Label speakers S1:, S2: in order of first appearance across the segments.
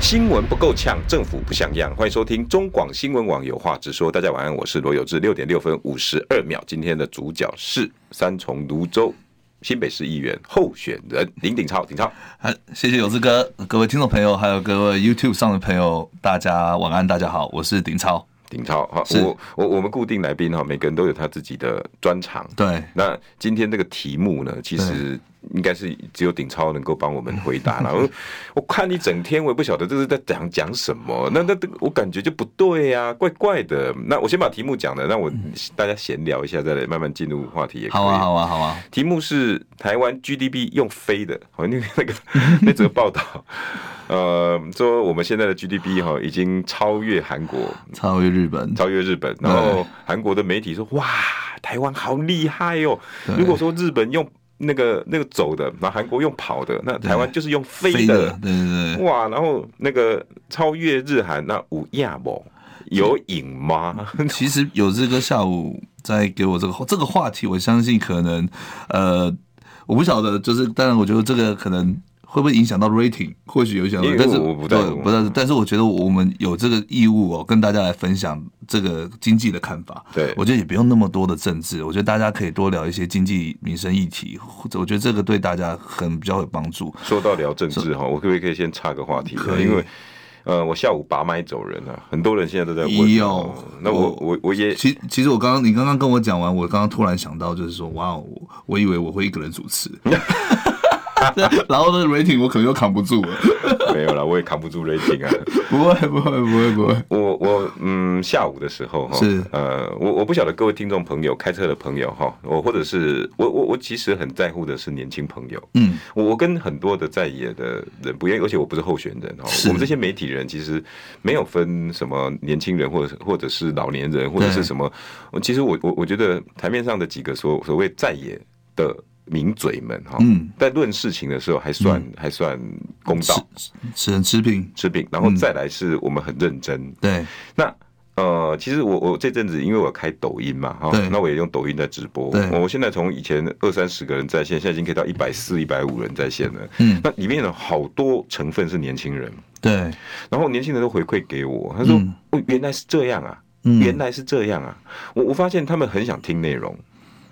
S1: 新闻不够呛，政府不像样。欢迎收听中广新闻网有话直说。大家晚安，我是罗有志。六点六分五十二秒，今天的主角是三重泸州新北市议员候选人林鼎超。鼎超，
S2: 好，谢谢有志哥，各位听众朋友，还有各位 YouTube 上的朋友，大家晚安，大家好，我是鼎超。
S1: 鼎超，哈，
S2: 是
S1: 我我我们固定来宾哈，每个人都有他自己的专长。
S2: 对，
S1: 那今天这个题目呢，其
S2: 嗯
S1: 实应该是只有鼎超能够帮我们回 答了。我我看一整天，我也不晓得这是在讲讲什么。那那我感觉就不对呀、怪怪的。那我先把题目讲了，让我大家闲聊一下，再来慢慢进入话题也可以。
S2: 好啊，好啊，好啊，
S1: 题目是台湾 GDP 用飞的，好，那个那个 那则报道，呃，说我们现在的 GDP 哈哦已经超越韩国，
S2: 超越日本，
S1: 超越日本，然后韩国的媒体说哇，台湾好厉害哦。
S2: 对
S1: 如果说日本用那个那个走的，然后韩国用跑的，那台湾就是用飞
S2: 飞
S1: 的
S2: 的，，对对对，
S1: 哇，然后那个超越日韩，那无亚不有影吗？
S2: 其实有志哥下午在给我这个这个话题，我相信可能，呃，我不晓得，就是，当然，我觉得这个可能。会不会影响到 rating？或许有影响到
S1: 因为，
S2: 但是
S1: 我不在乎
S2: 对不但是，但是我觉得我们有这个义务哦，跟大家来分享这个经济的看法。
S1: 对，
S2: 我觉得也不用那么多的政治，我觉得大家可以多聊一些经济民生议题，或者我觉得这个对大家很比较有帮助。
S1: 说到聊政治哈，我可不可以先插个话题？
S2: 可以
S1: 因为呃，我下午拔麦走人了，很多人现在都在问
S2: 有
S1: 哦。那我我我也
S2: 其其实我刚刚你刚刚跟我讲完，我刚刚突然想到，就是说，哇哦，我我以为我会一个人主持， 然后那个 rating 我可能又扛不住了。
S1: 没有了，我也扛不住 rating 啊。
S2: 不会不会不会不会，
S1: 我我嗯，下午的时候哈，
S2: 是
S1: 呃，我我不晓得各位听众朋友、开车的朋友哈，我或者是我我我其实很在乎的是年轻朋友，
S2: 嗯，
S1: 我我跟很多的在野的人不一样，而且我不是候选人哈，
S2: 是
S1: 我们这些媒体人其实没有分什么年轻人，或者是或者是老年人，或者是什么，其实我我我觉得台面上的几个所所谓在野的名嘴们哈，
S2: 嗯，
S1: 在论事情的时候还算、还算公道
S2: 吃人吃饼，
S1: 吃饼，然后
S2: 嗯
S1: 再来是我们很认真，
S2: 对
S1: 那呃，其实我我这阵子因为我开抖音嘛，哈
S2: 对，
S1: 那我也用抖音在直播。
S2: 对
S1: 我我现在从以前二三十个人在线，现在已经可以到一百四、一百五人在线了。
S2: 嗯
S1: 那里面有好多成分是年轻人，
S2: 对，
S1: 然后年轻人都回馈给我，他说：“
S2: 嗯
S1: 哦，原来是这样啊，
S2: 嗯
S1: 原来是这样啊。我我发现他们很想听内容，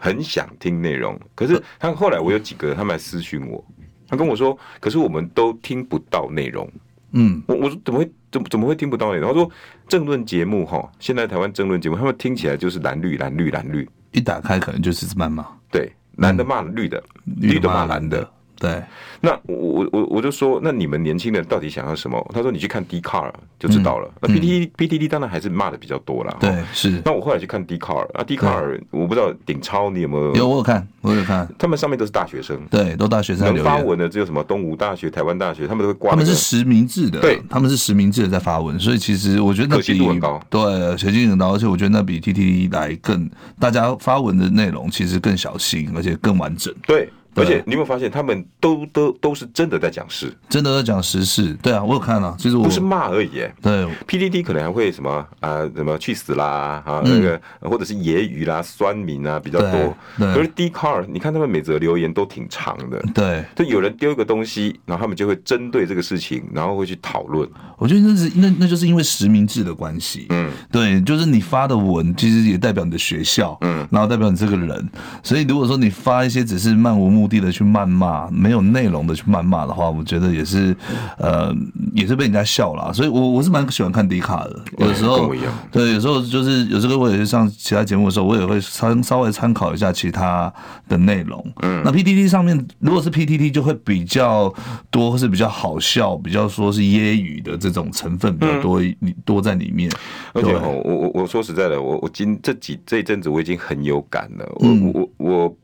S1: 很想听内容。可
S2: 呃
S1: 是他后来我有几个，他们还私讯我，他跟我说：“可是我们都听不到内容。”
S2: 嗯
S1: 我我说怎么会怎么怎么会听不到呢？然后说政论节目哈，现在台湾政论节目，他们听起来就是蓝绿蓝绿蓝绿，
S2: 一打开可能就是谩骂，
S1: 对，
S2: 嗯
S1: 蓝的骂绿的，绿的骂蓝的。，
S2: 对，
S1: 那我我我我就说，那你们年轻人到底想要什么？他说你去看 D Car 就知道了。那 P T E， P T D 当然还是骂的比较多啦。哈。
S2: 嗯对是
S1: 那我后来去看 D Car 啊，D Car 我不知道顶超你有没有？
S2: 有我有看我有看，
S1: 他们上面都是大学生，
S2: 对，都大学生在
S1: 能
S2: 留
S1: 发
S2: 言。
S1: 文的只有什么东吴大学、台湾大学，他们都会挂
S2: 他
S1: 那
S2: 们
S1: 个
S2: 是实名制的，
S1: 对
S2: 他们是实名制的在发文，所以其实我觉得那
S1: 可信
S2: 比
S1: 度很高
S2: 对，可信度很高，而且我觉得那比 T T 来更，大家发文的内容其实更小心，而且更完整，
S1: 对。
S2: 对
S1: 而且你有没有发现，他们都都都是真的在讲事，
S2: 真的在讲时事。对啊，我有看啊，其实我
S1: 不是骂而已、欸。
S2: 对
S1: PDD 可能还会什么啊、什么去死啦
S2: 嗯
S1: 啊，那个或者是揶揄啦、酸民啊比较多。
S2: 对对
S1: 可是 d c a r 你看他们每则留言都挺长的，
S2: 对，
S1: 就有人丢一个东西，然后他们就会针对这个事情，然后会去讨论。
S2: 我觉得那是那那就是因为实名制的关系，嗯，对，就是你发的文其实也代表你的学校，嗯，然后代表你这个人，所以如果说你发一些只是漫无目的的去谩骂，没有内容的去谩骂的话，我觉得也是，呃，也是被人家笑啦。所以我我是蛮喜欢看迪卡的，有时
S1: 哎跟
S2: 候
S1: 我一样
S2: 对，有时候就是有时候我也是上其他节目的时候，我也会参稍微参考一下其他的内容，嗯，那 PTT 上面如果是 PTT 就会比较多，或是比较好笑，比较说是揶揄的这种成分比较多，
S1: 嗯
S2: 你多在里面，
S1: 而
S2: 对
S1: 且哦，我我我说实在的，我我今这几这一阵子我已经很有感了。我、我我嗯我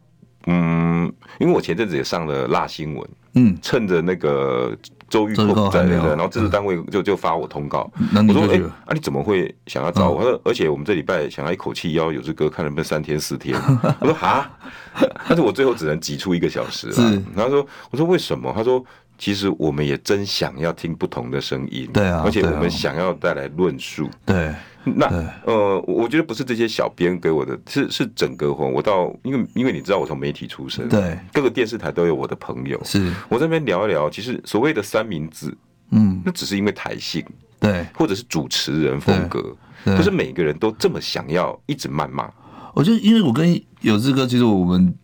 S1: 嗯，因为我前阵子也上了辣新闻，
S2: 嗯，
S1: 趁着那个周玉
S2: 周玉
S1: 蔻
S2: 蔻
S1: 在
S2: 还
S1: 那
S2: 没有嗯
S1: 个，然后制作单位就就发我通告，
S2: 那你
S1: 我说
S2: 就
S1: 哎、
S2: 去了
S1: 啊你怎么会想要
S2: 嗯
S1: 找我？他说而且我们这礼拜想要一口气邀有志哥看能不能三天四天， 我说哈，但是我最后只能挤出一个小时
S2: 是
S1: 了。然后说我说为什么？他说。其实我们也真想要听不同的声音，
S2: 对啊
S1: 而且
S2: 对
S1: 我
S2: 啊
S1: 们想要带来论述，
S2: 对，
S1: 那
S2: 对
S1: 呃，我我觉得不是这些小编给我的，是是整个哈，我到因为因为你知道我从媒体出身，
S2: 对，
S1: 各个电视台都有我的朋友，
S2: 是，
S1: 我这边聊一聊，其实所谓的三明治，
S2: 嗯，
S1: 那只是因为台性
S2: 对，
S1: 或者是主持人风格，
S2: 对对
S1: 不是每个人都这么想要一直谩骂，
S2: 我就因为我跟有志哥，其实我们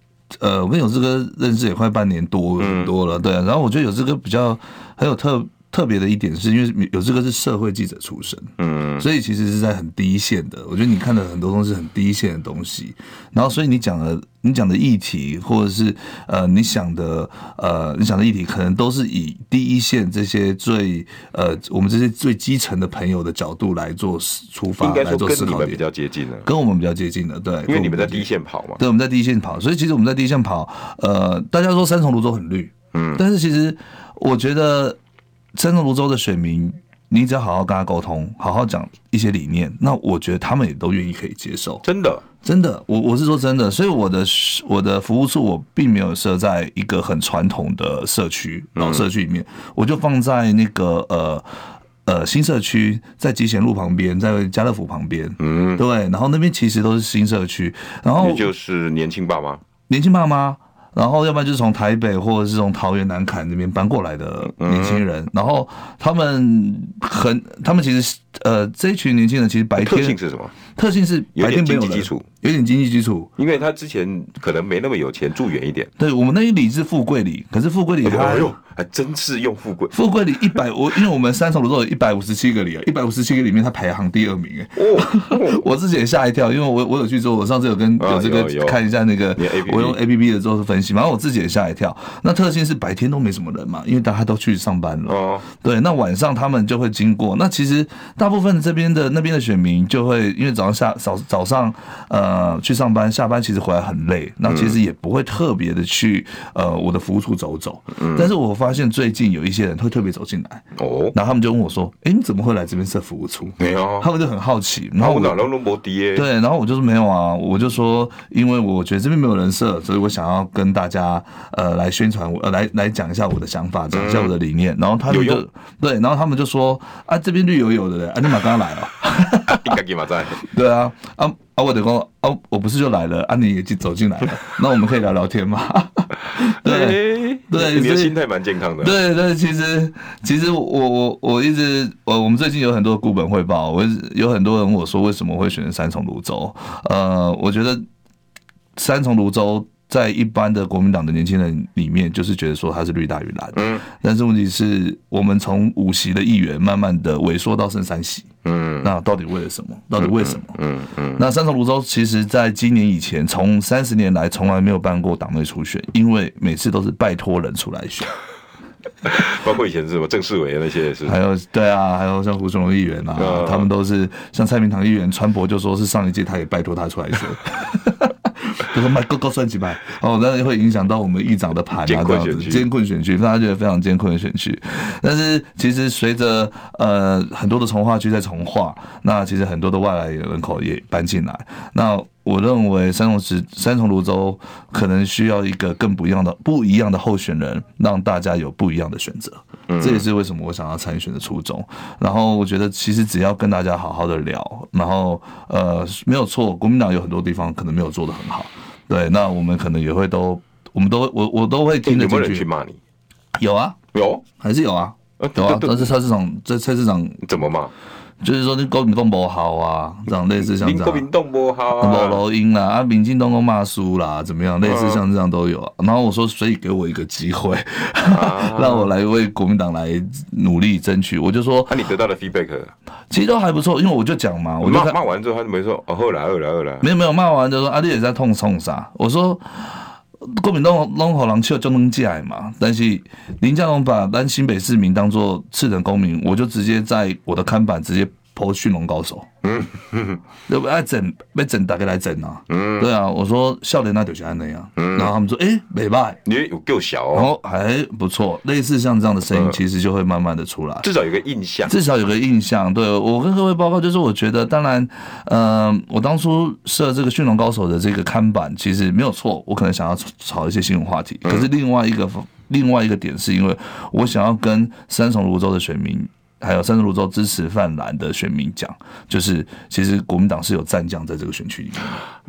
S2: 呃，我跟有志哥认识也快半年多多了，对、啊。然后我觉得有志哥比较很有特特别的一点，是因为有志哥是社会记者出身，
S1: 嗯，
S2: 所以其实是在很低线的。我觉得你看的很多东西是很低线的东西，然后所以你讲的你讲的议题，或者是呃你想的呃你想的议题，可能都是以第一线这些最呃我们这些最基层的朋友的角度来做思出发，
S1: 应该
S2: 来
S1: 说
S2: 做思
S1: 跟你
S2: 考
S1: 们比
S2: 点。
S1: 较接近了，
S2: 跟我们比较接近的，对，
S1: 因为
S2: 跟
S1: 你们在
S2: 我比较接
S1: 第一线跑嘛，
S2: 对，我们在第一线跑，所以其实我们在第一线跑，呃，大家说三重泸州很绿，嗯，但是其实我觉得三重泸州的选民，你只要好好跟他沟通，好好讲一些理念，那我觉得他们也都愿意可以接受。
S1: 真的，
S2: 真的，我我是说真的，所以我的我的服务处我并没有设在一个很传统的社区老
S1: 嗯
S2: 社区里面，我就放在那个呃呃新社区，在集贤路旁边，在家乐福旁边，
S1: 嗯，
S2: 对，然后那边其实都是新社区，然后
S1: 也就是年轻爸妈，
S2: 年轻爸妈，然后要不然就是从台北或者是从桃园南坎那边搬过来的
S1: 嗯
S2: 年轻人，然后他们很，他们其实呃，这一群年轻人其实白
S1: 特
S2: 哎天啊
S1: 性是什么？
S2: 特性是
S1: 有
S2: 白
S1: 点
S2: 天
S1: 经
S2: 没有
S1: 济
S2: 人
S1: 基，础，
S2: 有点经济基础。
S1: 因为他之前可能没那么有钱，住远一点。
S2: 对我们那一里是富贵里，可是富贵里
S1: 哎
S2: 还
S1: 呦，还真是用富贵
S2: 富贵里一百，我因为我们三重泸州有一百五十七个里啊，一百五十七个里面它排行第二名哎。
S1: 哦！
S2: 我自己也吓一跳，因为我我有去做，我上次有跟
S1: 啊
S2: 有这个
S1: 有有
S2: 看一下那个
S1: 你的 APP，
S2: 我用 A P P 的做分析嘛，然后我自己也吓一跳。那特性是白天都没什么人嘛，因为大家都去上班了。
S1: 哦，
S2: 对，那晚上他们就会经过。那其实大部分这边的那边的选民就会，因为早上下早早上呃去上班，下班其实回来很累，那其实也不会特别的去呃我的服务处走走。但是我发现最近有一些人会特别走进来，
S1: 哦，
S2: 然后他们就问我说：“诶，你怎么会来这边设服务处？”
S1: 没有，
S2: 他们就很好奇，哎然
S1: 啊
S2: 后
S1: 我
S2: 我
S1: 哪能都没跌？
S2: 对，然后我就说没有啊，我就说，因为我觉得这边没有人设，所以我想要跟大家呃来宣传我呃来来讲一下我的想法，讲一下我的理念。然后他们
S1: 有
S2: 就
S1: 用
S2: 对，然后他们就说啊，这边绿油油的嘞，啊，你马刚来哦，
S1: 应该给马在。
S2: 对啊，啊啊，我得说啊，我不是就来了啊，你也进走进来了，那我们可以聊聊天嘛。 对。
S1: 对
S2: 对
S1: 哎你的
S2: 所以
S1: 心态蛮健康的。
S2: 对对，其实其实我我我一直我我们最近有很多股本汇报，我一直有很多人问我说为什么会选择三重泸州？呃，我觉得三重泸州在一般的国民党的年轻人里面，就是觉得说它是绿大于蓝，
S1: 嗯
S2: 但是问题是我们从五席的议员慢慢的萎缩到剩三席，
S1: 嗯
S2: 那到底为了什么？到底为什么？
S1: 嗯嗯，
S2: 那三重泸州其实在今年以前，从三十年来从来没有办过党内初选，因为每次都是拜托人出来选。
S1: 包括以前是什么郑世伟那些也是。
S2: 还有对啊，还有像胡春龙议员啊，
S1: 嗯
S2: 他们都是像蔡明堂议员，川博就说是上一届他也拜托他出来选。 就说卖够够算几百哦，那会影响到我们议长的盘啊，这
S1: 艰
S2: 样
S1: 困
S2: 子
S1: 选区
S2: 艰困选区，大家觉得非常艰困的选区。但是其实随着呃很多的从化区在从化，那其实很多的外来人口也搬进来。那我认为三重十三重泸州可能需要一个更不一样的不一样的候选人，让大家有不一样的选择。
S1: 嗯
S2: 这也是为什么我想要参选的初衷。然后我觉得，其实只要跟大家好好的聊，然后呃，没有错，国民党有很多地方可能没有做得很好，对，那我们可能也会都，我们都会我我都会听得
S1: 有没有
S2: 进
S1: 人去
S2: 去。
S1: 骂你？
S2: 有啊，
S1: 有，
S2: 还是有啊，
S1: 呃
S2: 有啊。
S1: 对对
S2: 但是菜市场，这菜市场
S1: 怎么骂？
S2: 就是说，你国民党不好啊，这样类似像
S1: 林
S2: 这
S1: 国
S2: 样。
S1: 民动不好
S2: 老
S1: 啊。
S2: 楼音啦，啊，民进东东骂输啦，怎么样？类
S1: 嗯
S2: 似像这样都有、啊。然后我说，所以给我一个机会，
S1: 啊
S2: 让我来为国民党来努力争取。我就说，
S1: 啊那你得到的 feedback，
S2: 其实都还不错，因为我就讲嘛，我就
S1: 骂
S2: 看
S1: 骂完之后，他就没说哦，后来后来后来，
S2: 没有没有骂完就说啊，你也在痛痛啥？我说。国民党拢好人笑就能进来嘛，但是林佳龙把咱新北市民当做次等公民，我就直接在我的看板直接抛驯龙高手，嗯，要不要整被整打开来整啊，嗯，对啊，我说笑脸那就像那样，嗯，然后他们说，哎、美败，
S1: 你有够小
S2: 然
S1: 哦，
S2: 后还不错，类似像这样的声音，其实就会慢慢的出来，
S1: 至少有个印象。
S2: 至少有个印象。对我跟各位报告，就是我觉得，当然，呃，我当初设这个《驯龙高手》的这个看板，其实没有错，我可能想要炒一些新闻话题。可是另外一个另外一个点，是因为我想要跟三重泸州的选民。还有三重泸州支持泛蓝的选民讲，就是其实国民党是有战将在这个选区里面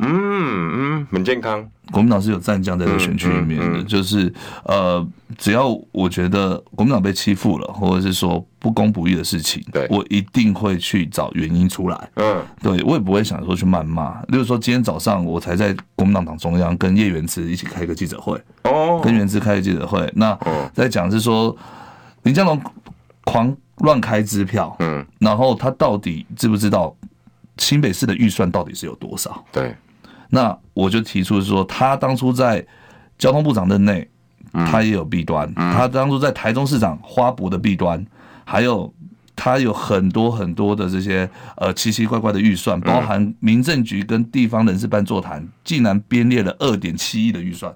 S2: 的，
S1: 嗯嗯，很健康。
S2: 国民党是有战将
S1: 嗯
S2: 在这个选区里面的，就是呃，只要我觉得国民党被欺负了，或者是说不公不义的事情，
S1: 对
S2: 我一定会去找原因出来。
S1: 嗯
S2: 对我也不会想说去谩骂。例如说，今天早上我才在国民党党中央跟叶元之一起开一个记者会，
S1: 哦，
S2: 跟元之开个记者会，那在讲是说林佳龙狂乱开支票，
S1: 嗯，
S2: 然后他到底知不知道新北市的预算到底是有多少？
S1: 对，
S2: 那我就提出说，他当初在交通部长任内，
S1: 嗯
S2: 他也有弊端；他当初在台中市长花博的弊端，还有他有很多很多的这些呃奇奇怪怪的预
S1: 嗯
S2: 算，包含民政局跟地方人事办座谈，竟然编列了二点七亿的预算。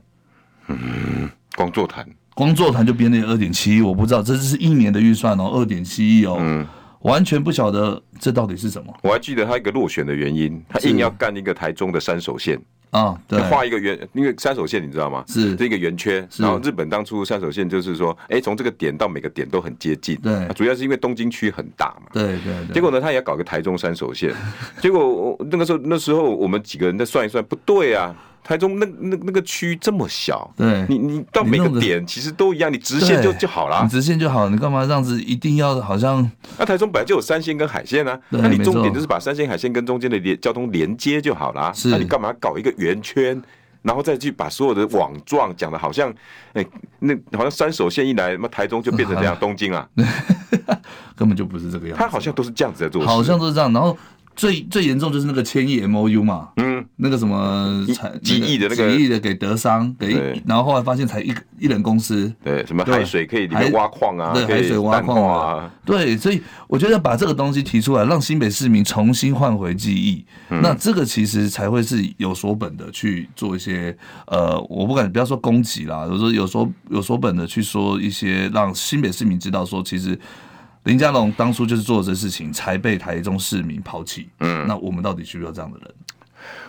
S1: 光座谈，
S2: 光座谈就编列二点七亿，我不知道这是一年的预算哦，二点七亿哦，
S1: 嗯
S2: 完全不晓得这到底是什么
S1: 我还记得他一个落选的原因，他硬要干一个台中的山手线，
S2: 啊？对，
S1: 画一个圆，因为山手线你知道吗？
S2: 是
S1: 这个圆圈。
S2: 是
S1: 然后日本当初山手线就是说，哎，从这个点到每个点都很接近。啊
S2: 对
S1: 主要是因为东京区很大嘛。
S2: 对对对，
S1: 结果呢，他也要搞个台中山手 线。结果我那个时候，那时候我们几个人在算一算，不对啊，台中那那那个区这么小，
S2: 对
S1: 你你到
S2: 你
S1: 每
S2: 弄
S1: 个
S2: 得
S1: 点其实都一样，你直线就
S2: 对
S1: 就好啦
S2: 你。直线就好，你干嘛这样子？一定要好像
S1: 那台中本来就有三线跟海线啊，
S2: 对
S1: 那你
S2: 没
S1: 重点
S2: 错
S1: 就是把三线、海线跟中间的连交通连接就好啦。
S2: 是
S1: 那你干嘛搞一个圆圈？然后再去把所有的网状讲的好像，哎、那好像三手线一来，那台中就变成这 样，东京啊，
S2: 根本就不是这个样子，
S1: 他好像都是这样子在做事，
S2: 好像都是这样。然后最最严重就是那个千亿 M O U 嘛，
S1: 嗯，
S2: 那个什么
S1: 一
S2: 才
S1: 几亿的那个
S2: 几亿的给德商给
S1: 对
S2: 一，然后后来发现才一个一人公司，
S1: 对，什么
S2: 对
S1: 海水可以里
S2: 海
S1: 面挖矿啊，
S2: 对
S1: 可以
S2: 海水挖
S1: 淡
S2: 矿
S1: 啊，
S2: 对，所以我觉得把这个东西提出来，让新北市民重新换回记忆，
S1: 嗯
S2: 那这个其实才会是有所本的去做一些呃，我不敢不要说攻击啦，有时候有所有所本的去说一些让新北市民知道说，其实林佳龙当初就是做这事情，才被台中市民抛弃。嗯，那我们到底需不需要这样的人？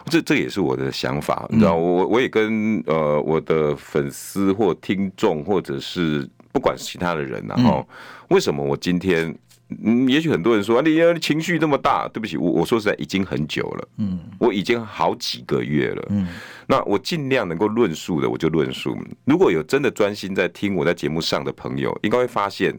S1: 这这也是我的想法，你知道，我我我也跟呃我的粉丝或听众，或者是不管是其他的人、啊，然后、为什么我今天，嗯，也许很多人说啊你你情绪那么大，对不起，我我说实在已经很久了，嗯，我已经好几个月了，嗯，那我尽量能够论述的我就论述，如果有真的专心在听我在节目上的朋友，应该会发现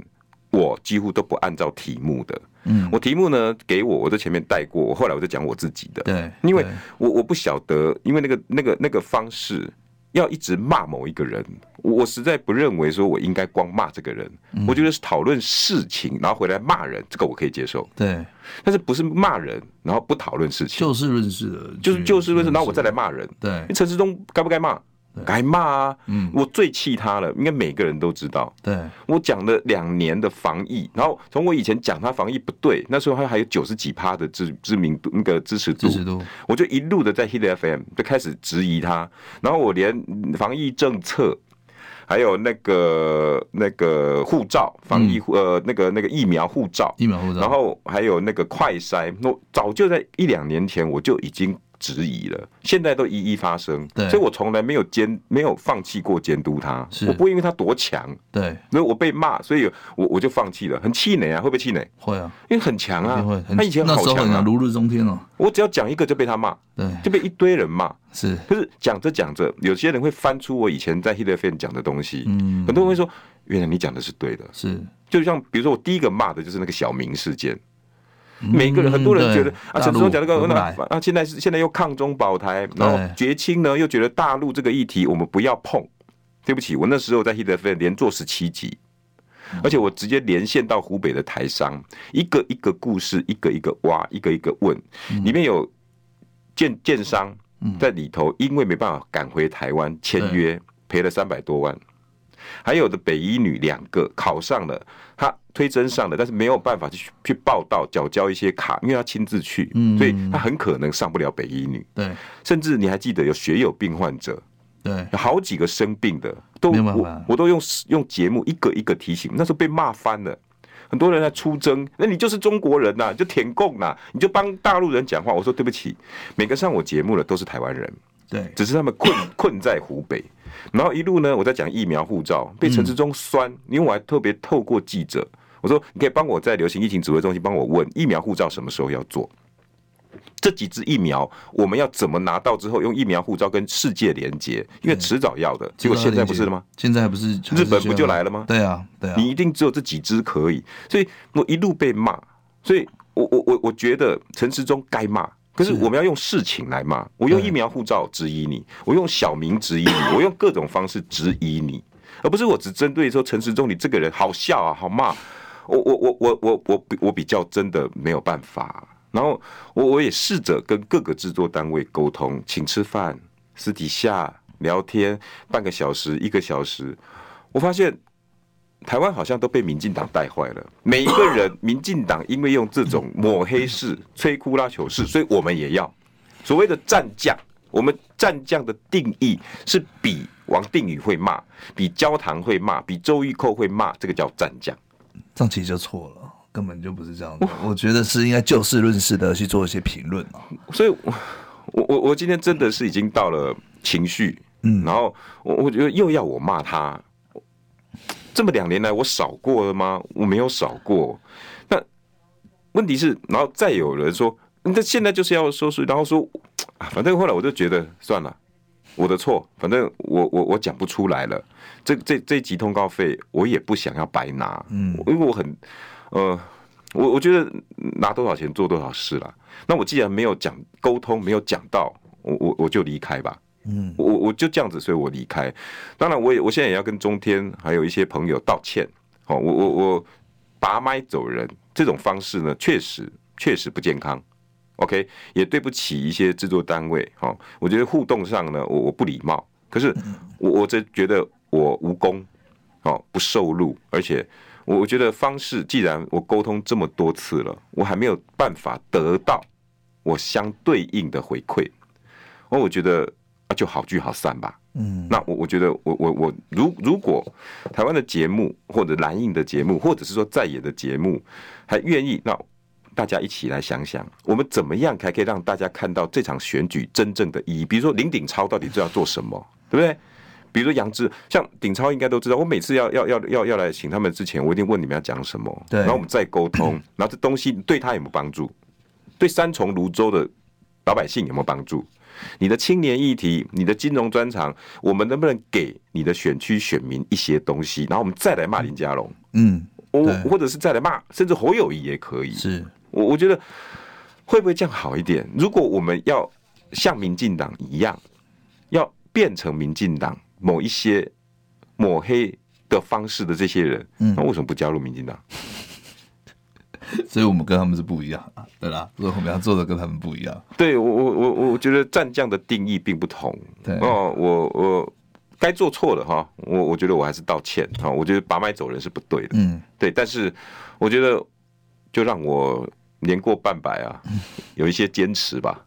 S1: 我几乎都不按照题目的。嗯，我题目呢给我，我在前面带过，我后来我就讲我自己的。
S2: 对
S1: 因为
S2: 对
S1: 我我不晓得，因为那个那个那个方式，要一直骂某一个人，我我实在不认为说我应该光骂这个人。
S2: 嗯
S1: 我觉得是讨论事情，然后回来骂人，这个我可以接受，
S2: 对，
S1: 但是不是骂人，然后不讨论事情，
S2: 就嗯事论事的去，
S1: 就是就事论事，然后我再来骂人。
S2: 对
S1: 陈世忠该不该骂？该骂啊！
S2: 嗯
S1: 我最气他了，应该每个人都知道。
S2: 对
S1: 我讲了两年的防疫，然后从我以前讲他防疫不对，那时候他还有九十几趴的知知名度那个支持度，
S2: 支持度
S1: 我就一路的在 Hit FM 就开始质疑他，然后我连防疫政策。还有那个那个护照，
S2: 嗯
S1: 防疫护、呃那个那个疫苗护照，
S2: 一秒护照，
S1: 然后还有那个快筛，那我早就在一两年前我就已经质疑了，现在都一一发生，
S2: 对
S1: 所以我从来没有监没有放弃过监督他
S2: 是，
S1: 我不会因为他多强，
S2: 对
S1: 所以我被骂，所以我我就放弃了，很气馁啊，会不会气馁？
S2: 会啊，
S1: 因为很强
S2: 一
S1: 啊
S2: 定会，很
S1: 他以前
S2: 那
S1: 好
S2: 时候
S1: 强
S2: 很
S1: 啊，
S2: 如日中天哦，
S1: 我只要讲一个就被他骂，
S2: 对，
S1: 就被一堆人骂。
S2: 是
S1: 可是讲着讲着，有些人会翻出我以前在 Hit FM 讲的东西，嗯，很多人会说，原来你讲的是对的。
S2: 是。
S1: 就像比如说，我第一个骂的就是那个小明事件，每个人很多人
S2: 嗯对
S1: 觉得啊，
S2: 大
S1: 陈志
S2: 陆
S1: 忠讲那个
S2: 回不
S1: 那
S2: 来
S1: 啊，现在是现在又抗中保台，然后
S2: 对
S1: 绝清呢又觉得大陆这个议题我们不要碰。对不起，我那时候在 Hit FM 连做十七集，
S2: 嗯
S1: 而且我直接连线到湖北的台商，一个一个故事，一个一个挖，一个一个问，
S2: 嗯
S1: 里面有建建商在里头，因为没办法赶回台湾签约，赔了三百多万。还有的北医女两个考上了，她推甄上了，但是没有办法去去报道，缴交一些卡，因为她亲自去，
S2: 嗯
S1: 所以她很可能上不了北医女。
S2: 对
S1: 甚至你还记得有血友病患者，
S2: 对，
S1: 有好几个生病的，都
S2: 没有办法
S1: 我我都用用节目一个一个提醒，那时候被骂翻了。很多人在出征，那你就是中国人呐、你就舔共呐、你就帮大陆人讲话。我说对不起，每个上我节目的都是台湾人，
S2: 对，
S1: 只是他们 困困在湖北。然后一路呢，我在讲疫苗护照，被陈志忠酸，因为我还特别透过记者，我说你可以帮我在流行疫情指挥中心帮我问疫苗护照什么时候要做。这几支疫苗我们要怎么拿到之后，用疫苗护照跟世界连接，因为迟早要的。结果现在不是了吗？？
S2: 现在还不是
S1: 日本不就来了吗
S2: 对啊，对啊，
S1: 你一定只有这几支可以，所以我一路被骂，所以我我我我觉得陈时中该骂，可是
S2: 是
S1: 我们要用事情来骂，我用疫苗护照质疑你，我用小明质疑 你，我用各种方式质疑你，而不是我只针对说陈时中你这个人好笑啊，好骂，我我我我我我比我比较真的没有办法，然后我我也试着跟各个制作单位沟通，请吃饭，私底下聊天半个小时一个小时，我发现台湾好像都被民进党带坏了。每一个人，民进党因为用这种抹黑式、摧枯拉朽式，所以我们也要所谓的战将。我们战将的定义是比王定宇会骂，比焦糖会骂，比周玉蔻会骂，这个叫战将。
S2: 这样其实就错了，根本就不是这样的。我觉得是应该就事论事的去做一些评论啊嘛。
S1: 所以我，我我我今天真的是已经到了情绪，嗯，然后我我觉得又要我骂他，这么两年来我少过了吗？我没有少过。那问题是，然后再有人说，那现在就是要收拾，然后说啊，反正后来我就觉得算了。我的错，反正我我我讲不出来了。这这这一集通告费我也不想要白拿，嗯，因为我很呃，我我觉得拿多少钱做多少事啦。那我既然没有讲沟通，没有讲到，我我我就离开吧。嗯，我我就这样子，所以我离开。当然，我也我现在也要跟中天还有一些朋友道歉。好、我我我拔麦走人这种方式呢，确实确实不健康。OK，也对不起一些制作单位。好、我觉得互动上呢，我我不礼貌，可是我我这觉得我无功，哦，不受禄，而且我我觉得方式，既然我沟通这么多次了，我还没有办法得到我相对应的回馈，哦，我觉得啊，就好聚好散吧。
S2: 嗯，
S1: 那我我觉得我我我如如果台湾的节目或者蓝印的节目，或者是说在野的节目，还愿意，那大家一起来想想，我们怎么样才可以让大家看到这场选举真正的意义？比如说林鼎超到底最要做什么， 对不对？比如说杨志，像鼎超应该都知道，我每次要要要要要来请他们之前，我一定问你们要讲什么，
S2: 对
S1: 然后我们再沟通， 然后这东西对他有没有帮助？对三重泸州的老百姓有没有帮助？你的青年议题，你的金融专长，我们能不能给你的选区选民一些东西，然后我们再来骂林佳龙，
S2: 嗯，
S1: 我
S2: 对
S1: 或者是再来骂，甚至侯友谊也可以。
S2: 是
S1: 我我觉得会不会这样好一点？如果我们要像民进党一样，要变成民进党某一些抹黑的方式的这些人，
S2: 嗯
S1: 那为什么不加入民进党？
S2: 所以我们跟他们是不一样啊，对啦，所以我们要做的跟他们不一样。
S1: 对我我我我我觉得战将的定义并不同。
S2: 对
S1: 哦，我我该做错了哈，我我觉得我还是道歉哈，我觉得拔麦走人是不对的。
S2: 嗯，
S1: 对，但是我觉得就让我年过半百 啊，有一些坚持吧，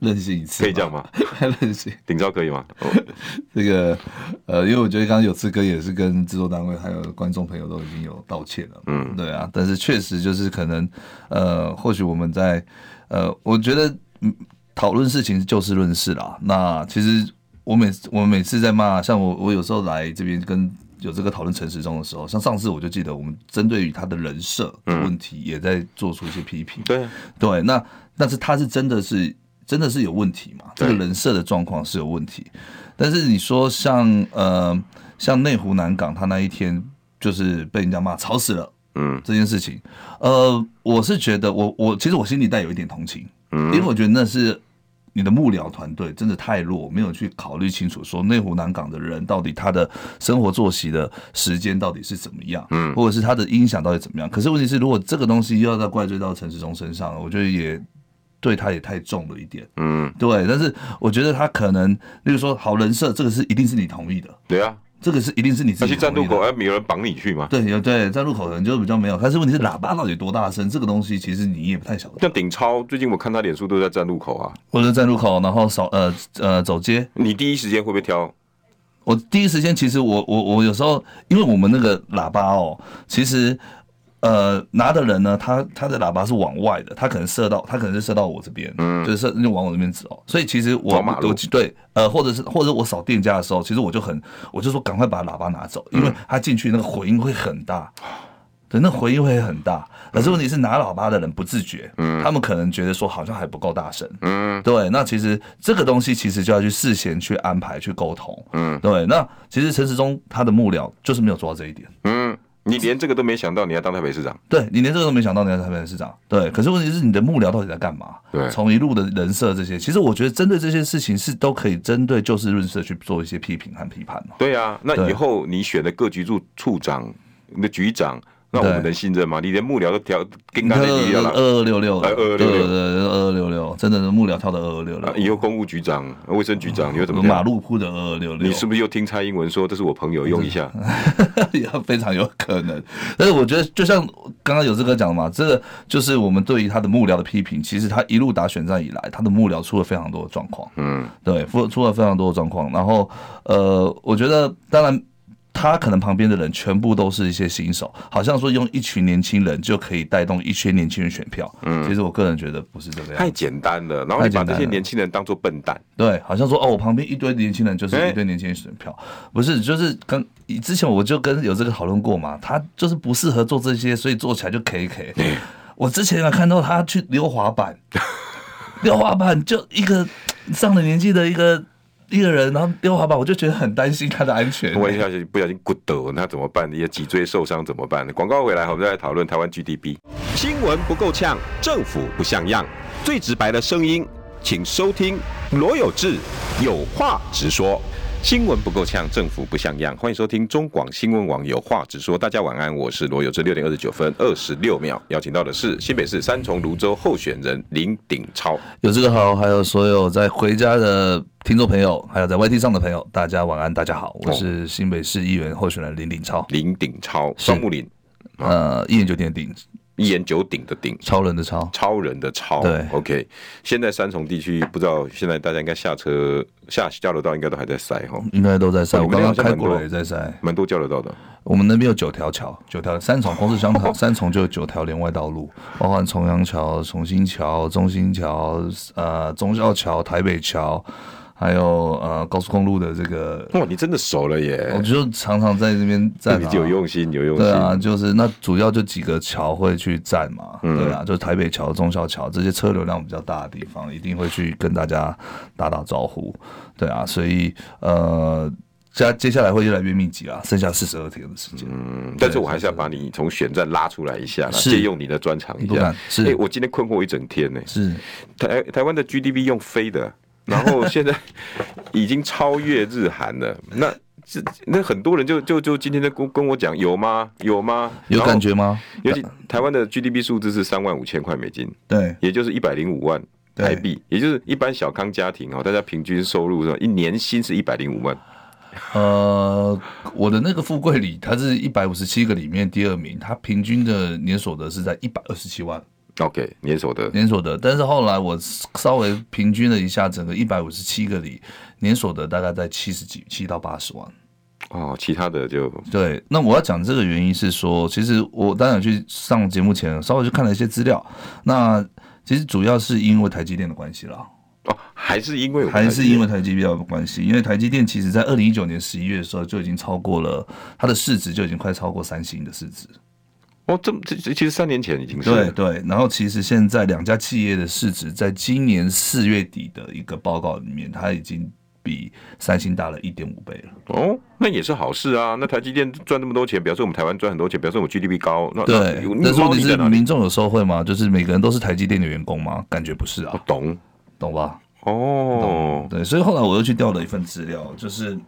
S2: 任性一次，
S1: 可以这 样？吗？
S2: 还任性。
S1: 顶招可以吗？哦
S2: 这个呃，因为我觉得刚刚有志哥也是跟制作单位还有观众朋友都已经有道歉了，嗯，对啊，但是确实就是可能呃，或许我们在呃，我觉得嗯讨论事情就事论事啦。那其实我每次我每次在骂，像我我有时候来这边跟。有这个讨论陈时中的时候，像上次我就记得，我们针对于他的人设的问题，也在做出一些批评。
S1: 对啊，
S2: 对，那但是他是真的是真的是有问题嘛？这个
S1: 对
S2: 人设的状况是有问题。但是你说像呃像内湖南港，他那一天就是被人家骂吵死了
S1: 嗯
S2: 这件事情，呃，我是觉得我我其实我心里带有一点同情，因为我觉得那是。你的幕僚团队真的太弱，没有去考虑清楚，说内湖南港的人到底他的生活作息的时间到底是怎么样，嗯，或者是他的音响到底怎么样。可是问题是，如果这个东西又要再怪罪到陈时中身上，我觉得也对他也太重了一点。
S1: 嗯，
S2: 对，但是我觉得他可能，例如说，好人设这个是一定是你同意的，
S1: 对啊，
S2: 这个是一定是你自
S1: 要
S2: 己
S1: 去站路口，
S2: 考虑的。
S1: 要有人绑你去嘛？
S2: 对，有对站路口可能就比较没有，但是问题是喇叭到底多大声，这个东西其实你也不太晓得。
S1: 像顶超最近我看他脸书都在站路口啊，
S2: 我就站路口，然后扫呃呃走街，
S1: 你第一时间会不会挑？
S2: 我第一时间其实我我我有时候，因为我们那个喇叭哦，其实呃拿的人呢，他他的喇叭是往外的，他可能射到他可能是射到我这边，嗯，就是射就往我这边走，所以其实我
S1: 往马路
S2: 我对呃或者是或者我扫店家的时候，其实我就很我就说赶快把喇叭拿走，因为他进去那个回音会很大。对，那回音会很大，可是问题是拿喇叭的人不自觉，嗯，他们可能觉得说好像还不够大声，
S1: 嗯，
S2: 对，那其实这个东西其实就要去事先去安排、去沟通。
S1: 嗯
S2: 对，那其实陈时中他的幕僚就是没有做到这一点。
S1: 嗯，你连这个都没想到，你要当台北市长？
S2: 对你连这个都没想到，你是台北市长。对，可是问题是你的幕僚到底在干嘛？
S1: 对
S2: 从一路的人设这些，其实我觉得针对这些事情是都可以针对就事论事地去做一些批评和批判嘛。
S1: 对啊，那
S2: 对
S1: 以后你选的各局处处长、你的局长，那我
S2: 对
S1: 们能信任吗？你连幕僚都挑，跟刚才一样
S2: 二
S1: 了。
S2: 二六六，
S1: 哎2266
S2: 对对对二二六六，真的是幕僚跳到二二六
S1: 啊
S2: 六，
S1: 以后公务局长、卫生局长，你又怎么
S2: 马
S1: 样？
S2: 路铺的二二六六，
S1: 你是不是又听蔡英文说这是我朋友用一
S2: 嗯
S1: 下？
S2: 也非常有可能。但是我觉得，就像刚刚有志哥讲的嘛，这个就是我们对于他的幕僚的批评。其实他一路打选战以来，他的幕僚出了非常多的状况，
S1: 嗯，
S2: 对，出出了非常多的状况。然后，呃，我觉得当然。他可能旁边的人全部都是一些新手，好像说用一群年轻人就可以带动一圈年轻人选票。嗯，其实我个人觉得不是这个样
S1: 太
S2: 子。
S1: 简单了。然后你把
S2: 太简单
S1: 这些
S2: 了
S1: 年轻人当做笨蛋，
S2: 对，好像说哦，我旁边一堆年轻人就是
S1: 哎
S2: 一堆年轻人选票，不是，就是跟之前我就跟有这个讨论过嘛，他就是不适合做这些，所以做起来就 K K。我之前啊看到他去溜滑板，溜滑板就一个上了年纪的一个一个人，然后溜滑板，我就觉得很担心他的安全。
S1: 万一下去不小心骨折，那怎么办？你的脊椎受伤怎么办？广告回来，我们再来讨论台湾 GDP。
S3: 新闻不够呛，政府不像样，最直白的声音，请收听罗有志有话直说。
S1: 新闻不够呛，政府不像样。欢迎收听中广新闻网，有话直说。大家晚安，我是罗有志，六点二十九分二十六秒，邀请到的是新北市三重泸州候选人林鼎超。
S2: 有这个好，还有所有在回家的听众朋友，还有在 YT 上的朋友，大家晚安，大家好，我是新北市议员候选人林鼎超，
S1: 林鼎超，
S2: 是
S1: 双木林，
S2: 呃，一言九鼎鼎，
S1: 一言九鼎的鼎。
S2: 超人的超。
S1: 超人的超，
S2: 对
S1: ，OK。现在三重地区不知道，现在大家应该下车下交流道应该都还在塞哈，
S2: 应该都在晒，
S1: 哦
S2: 我
S1: 你们
S2: 刚
S1: 那
S2: 刚
S1: 边
S2: 开过
S1: 好像
S2: 了
S1: 很
S2: 也在晒。
S1: 蛮多交流道的。
S2: 我们那边有九条桥，九条三重光是香 港三重就有九条连外道路，包含重阳桥、重新桥、中心桥、呃忠孝桥、台北桥，还有呃高速公路的这个，
S1: 哇，你真的熟了耶！
S2: 我就常常在这边站、
S1: 你
S2: 啊。
S1: 有用心，有用心。
S2: 对啊，就是那主要就几个桥会去站嘛，对啊，就是台北桥、中小桥这些车流量比较大的地方，一定会去跟大家打打招呼，对啊，所以呃，接接下来会越来越密集啊，剩下四十二天的时间，
S1: 嗯，但是我还是要把你从选战拉出来一下啦，
S2: 是
S1: 借用你的专长一
S2: 不
S1: 下
S2: 敢。是
S1: 哎我今天困惑一整天呢、
S2: 是
S1: 台台湾的 GDP 用飞的，然后现 在已经超越日韩了。那这那很多人就就就今天在跟跟我讲，有吗？有吗？
S2: 有
S1: 然后
S2: 感觉吗？
S1: 尤其台湾的 GDP 数字是三万五千块美金，
S2: 对，
S1: 也就是一百零五万
S2: 对
S1: 台币，也就是一般小康家庭哦，大家平均收入是吧？一年薪是一百零五万，
S2: 呃，我的那个富贵里，它是一百五十七个里面第二名，它平均的年所得是在一百二十七万。
S1: OK，年所得
S2: 年所得，但是后来我稍微平均了一下，整个一百五十七个里，年所得大概在七十几、七到八十万。
S1: 哦，其他的就
S2: 对，那我要讲这个原因是说，其实我当然有去上节目前稍微去看了一些资料，那其实主要是因为台积电的关系啦，
S1: 哦，还是因为我们
S2: 还
S1: 台积
S2: 是
S1: 电
S2: 因为台积电的关系，因为台积电其实在二零一九年十一月的时候就已经超过了它的市值，就已经快超过三星的市值。
S1: 哦，这这这其实三年前已经是
S2: 对对，然后其实现在两家企业的市值在今年四月底的一个报告里面，它已经比三星大了一点五倍了。
S1: 哦，那也是好事啊。那台积电赚那么多钱，表示我们台湾赚很多钱，表示我们 GDP 高。那
S2: 对
S1: 那，
S2: 但是问
S1: 猫
S2: 题
S1: 腻
S2: 是
S1: 在哪里？
S2: 民众有受贿吗？就是每个人都是台积电的员工吗？感觉不是
S1: 我
S2: 啊，
S1: 懂
S2: 懂吧？
S1: 哦，
S2: 对，所以后来我又去调了一份资料，就是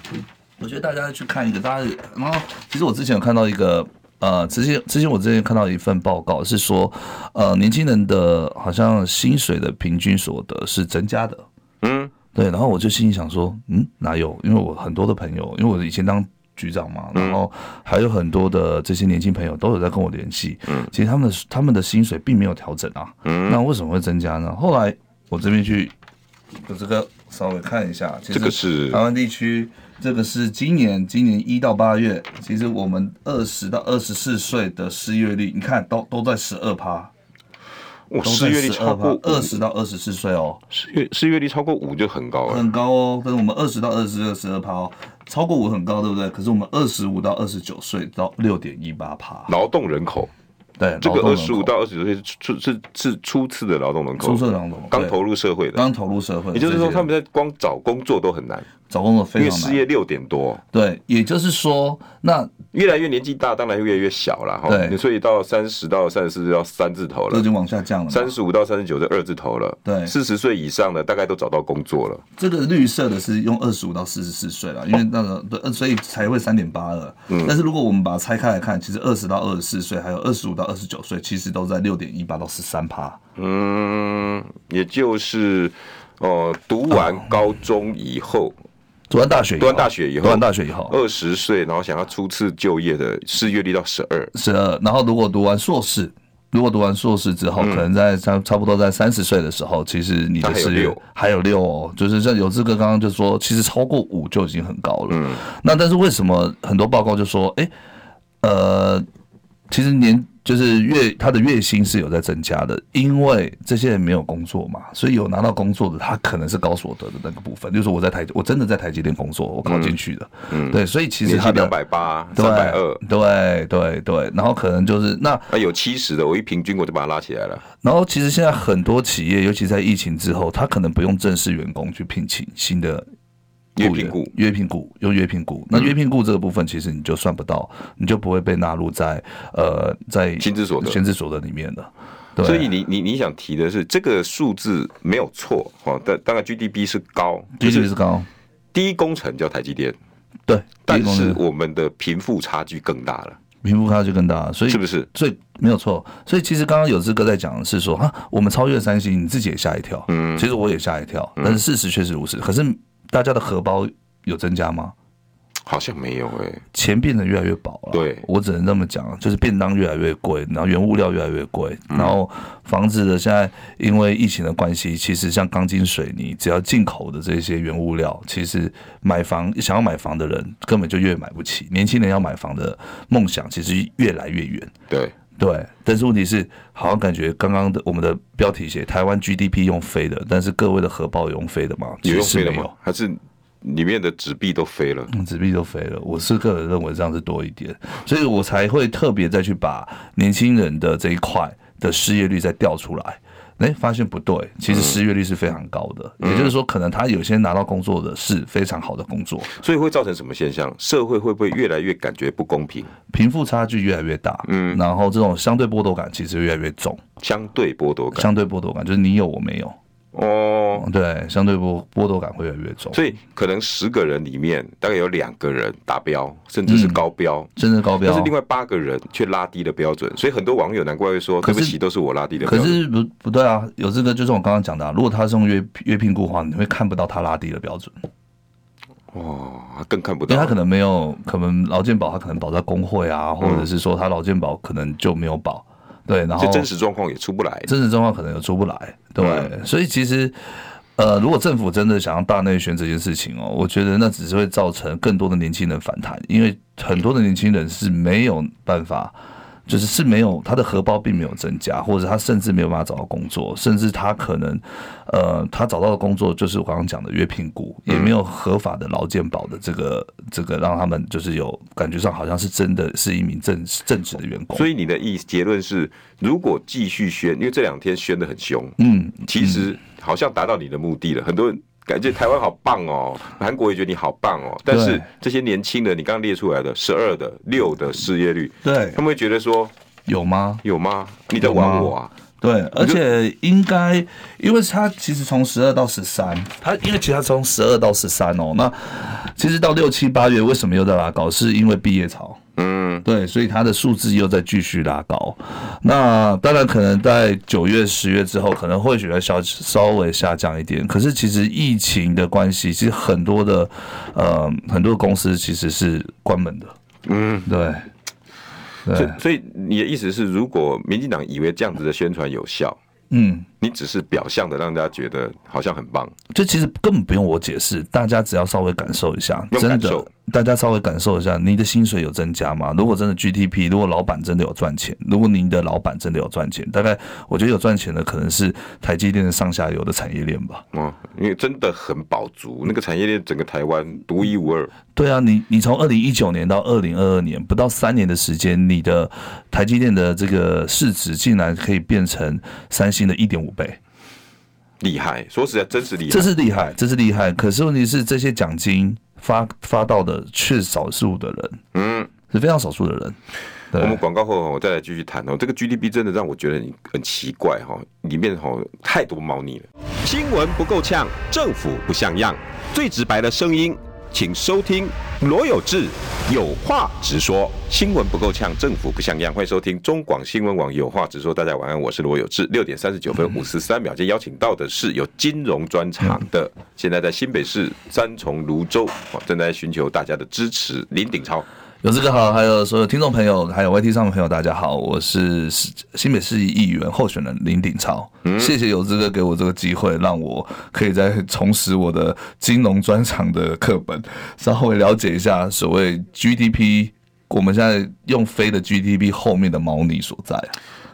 S2: 我觉得大家去看一个，大家然后其实我之前有看到一个。呃，之前之前我之前看到一份报告是说，呃，年轻人的好像薪水的平均所得是增加的，
S1: 嗯，
S2: 对，然后我就心里想说，嗯，哪有？因为我很多的朋友，因为我以前当局长嘛，
S1: 嗯
S2: 然后还有很多的这些年轻朋友都有在跟我联系。嗯，其实他们的他们的薪水并没有调整啊。嗯，那为什么会增加呢？后来我这边去，我这个稍微看一下，其实
S1: 这个是
S2: 台湾地区，这个是今年今年一到八月，其实我们二十到二十四岁的失业率，你看都都在十二趴，
S1: 我
S2: 都
S1: 哦失
S2: 在
S1: 业率
S2: 十
S1: 超
S2: 二趴
S1: 过，
S2: 二十到二十四岁哦。
S1: 失业失业率超过五就很高了。
S2: 很高哦，但是我们二十到二十二十二趴哦，超过五很高，对不对？可是我们二十五到二十九岁到六点一八趴，
S1: 劳动人口，
S2: 对，
S1: 这个
S2: 劳动
S1: 二
S2: 人口
S1: 十五到二十九岁是初是是初次的劳动人口
S2: 出，社劳动，
S1: 刚
S2: 对
S1: 投入社会的，
S2: 刚投入社会，
S1: 也就是说
S2: 这些
S1: 他们在光找工作都很难，
S2: 找工作
S1: 因
S2: 非
S1: 为
S2: 常
S1: 失
S2: 难，
S1: 业六点多，
S2: 对，也就是说，那
S1: 越来越年纪大，当然越来越小了哈。
S2: 对
S1: 所以到三十到三十四要三字头
S2: 这
S1: 了
S2: 已。经往下降了
S1: 三
S2: 嘛。
S1: 十五到三十九是二字头了，
S2: 对
S1: 四十岁以上的大概都找到工作了，
S2: 这个绿色的是用二十五到四十四岁了，因为那个对，呃所以才会三点八二。
S1: 嗯
S2: 但是如果我们把它拆开来看，其实二十到二十四岁，还有二十五到二十九岁，其实都在六点一八到十三趴。
S1: 嗯，也就是，呃，读完
S2: 啊
S1: 高中以后，
S2: 读完大学以后，
S1: 读完大学以后
S2: 读完大学以后，
S1: 二十岁，然后想要初次就业的失业率到十二，
S2: 十二，然后如果读完硕士，如果读完硕士之后，可能在差差不多在三十岁的时候，其实你
S1: 那
S2: 的
S1: 嗯还有
S2: 失业
S1: 六
S2: 还有六哦，就是像有志哥刚刚就说，其实超过五就已经很高了。嗯，那但是为什么很多报告就说，哎、呃，其实年就是月他的月薪是有在增加的，因为这些人没有工作嘛，所以有拿到工作的他可能是高所得的那个部分，就是我在台我真的在台积电工作，我考进去的，嗯，对，所以其实
S1: 年
S2: 他
S1: 薪
S2: 的
S1: 两百八、
S2: 对
S1: 三百二，
S2: 对对对，然后可能就是那，
S1: 那有七十的，我一平均我就把它拉起来了。
S2: 然后其实现在很多企业，尤其在疫情之后，他可能不用正式员工去聘请新的
S1: 约
S2: 雇员
S1: 聘雇
S2: 约聘雇，用约聘雇。那约聘雇这个部分，其实你就算不到，你就不会被纳入在呃在
S1: 薪资所得
S2: 薪资所得里面的。对，
S1: 所以你你你想提的是这个数字没有错哦，但当然 GDP 是高，
S2: 比
S1: 就
S2: 率
S1: 是
S2: 是高，
S1: 第一工程叫台积电，
S2: 对，
S1: 但
S2: 低工
S1: 是
S2: 资
S1: 我们的贫富差距更大了，
S2: 贫富差距更大，所以
S1: 是不是？
S2: 所以没有错，所以其实刚刚有志哥在讲的是说啊，我们超越三星，你自己也吓一跳，嗯，其实我也吓一跳，但是事实确实如此。可是大家的荷包有增加吗？
S1: 好像没有哎、
S2: 钱变得越来越薄了，
S1: 对
S2: 我只能这么讲，就是便当越来越贵，然后原物料越来越贵，然后房子的现在因为疫情的关系，其实像钢筋水泥，只要进口的这些原物料，其实买房想要买房的人根本就越买不起，年轻人要买房的梦想其实越来越远。
S1: 对，
S2: 对，但是问题是，好像感觉刚刚的我们的标题写台湾 GDP 用飞的，但是各位的荷包有用飞的吗？
S1: 有
S2: 其
S1: 用
S2: 实
S1: 飞
S2: 是
S1: 了
S2: 没
S1: 吗
S2: 有？，
S1: 还是里面的纸币都飞了？
S2: 嗯纸币都飞了。我是个人认为这样是多一点，所以我才会特别再去把年轻人的这一块的失业率再调出来。哎，发现不对，其实失业率是非常高的，也就是说，可能他有些拿到工作的是非常好的工作，
S1: 所以会造成什么现象？社会会不会越来越感觉不公平，
S2: 贫富差距越来越大，嗯，然后这种相对剥夺感其实越来越重，
S1: 相对剥夺感？
S2: 相对剥夺感就是你有我没有，
S1: 哦，
S2: 对，相对剥剥夺感会越来越重。
S1: 所以可能十个人里面大概有两个人达标，甚至是
S2: 嗯
S1: 高标。
S2: 真的高标。
S1: 但是另外八个人却拉低了标准，所以很多网友难怪会说：“对
S2: 可是
S1: 不起，都是我拉低的标
S2: 可
S1: 准。”
S2: 是不不对啊，有这个就是我刚刚讲的、啊，如果他是用约约聘雇的话，你会看不到他拉低的标准，
S1: 哦，他更看不
S2: 因为
S1: 到
S2: 他可能没有，可能劳健保他可能保在工会啊，或者是说他劳健保可能就没有保，对，然后
S1: 这嗯真实状况也出不来。
S2: 真实状况可能有出不来，对，所以其实。呃，如果政府真的想要大内宣这件事情哦，我觉得那只是会造成更多的年轻人反弹，因为很多的年轻人是没有办法，就是是没有他的荷包并没有增加，或者他甚至没有办法找到工作，甚至他可能，呃，他找到的工作就是我刚刚讲的约聘雇，也没有合法的劳健保的这个这个让他们就是有感觉上好像是真的是一名正正职的员工，
S1: 所
S2: 以
S1: 以你的意结论是，如果继续宣，因为这两天宣的很凶，
S2: 嗯，
S1: 其实好像达到你的目的了。很多人感觉台湾好棒哦，韩国也觉得你好棒哦，但是这些年轻人，你刚刚列出来的十二的六的失业率，
S2: 对
S1: 他，们会觉得说：“
S2: 有吗？
S1: 有吗？你在玩我啊
S2: 对，而且应该，因为他其实从十二到十三，他因为其实他从十二到十三哦，那其实到六七八月为什么又在拉高？是因为毕业潮，
S1: 嗯
S2: 对，所以它的数字又在继续拉高。那当然，可能在九月、十月之后，可能或许会稍稍微下降一点。可是，其实疫情的关系，其实很多的呃很多公司其实是关门的。
S1: 嗯，
S2: 对，
S1: 所
S2: 对，
S1: 以所以你的意思是，如果民进党以为这样子的宣传有效，
S2: 嗯，
S1: 你只是表象的让大家觉得好像很棒，
S2: 就其实根本不用我解释，大家只要稍微感受一下，
S1: 用
S2: 真
S1: 感受
S2: 的，大家稍微感受一下，你的薪水有增加吗？如果真的 GDP，如果老板真的有赚钱，如果您的老板真的有赚钱，大概我觉得有赚钱的可能是台积电的上下游的产业链吧。
S1: 哦，因为真的很饱足，那个产业链整个台湾独一无二，
S2: 对啊，你你从二零一九年到二零二二年，不到三年的时间，你的台积电的这个市值竟然可以变成三星的一点五倍。
S1: 厉害，说实在，真是厉害
S2: 这。是厉害，这是厉害。可是问题是，这些奖金发发到的却是少数的人，
S1: 嗯，
S2: 是非常少数的人。
S1: 我们
S2: 对，
S1: 广告后我再来继续谈哦。这个 GDP 真的让我觉得很很奇怪哈、哦，里面哈、哦、太多猫腻了。
S4: 新闻不够呛，政府不像样，最直白的声音，请收听罗有志有话直说。
S1: 新闻不够呛，政府不像样。欢迎收听中广新闻网有话直说。大家晚安，我是罗有志。六点三十九分五十三秒，今天邀请到的是有金融专场的，现在在新北市三重泸州，哦正在寻求大家的支持。林鼎超，
S2: 有志哥好，还有所有听众朋友，还有 YT 上的朋友，大家好，我是新北市议员候选人林鼎超。谢谢有志哥给我这个机会，让我可以再重拾我的金融专场的课本，稍微了解一下所谓 GDP。我们现在用飞的 GDP 后面的猫腻所在啊，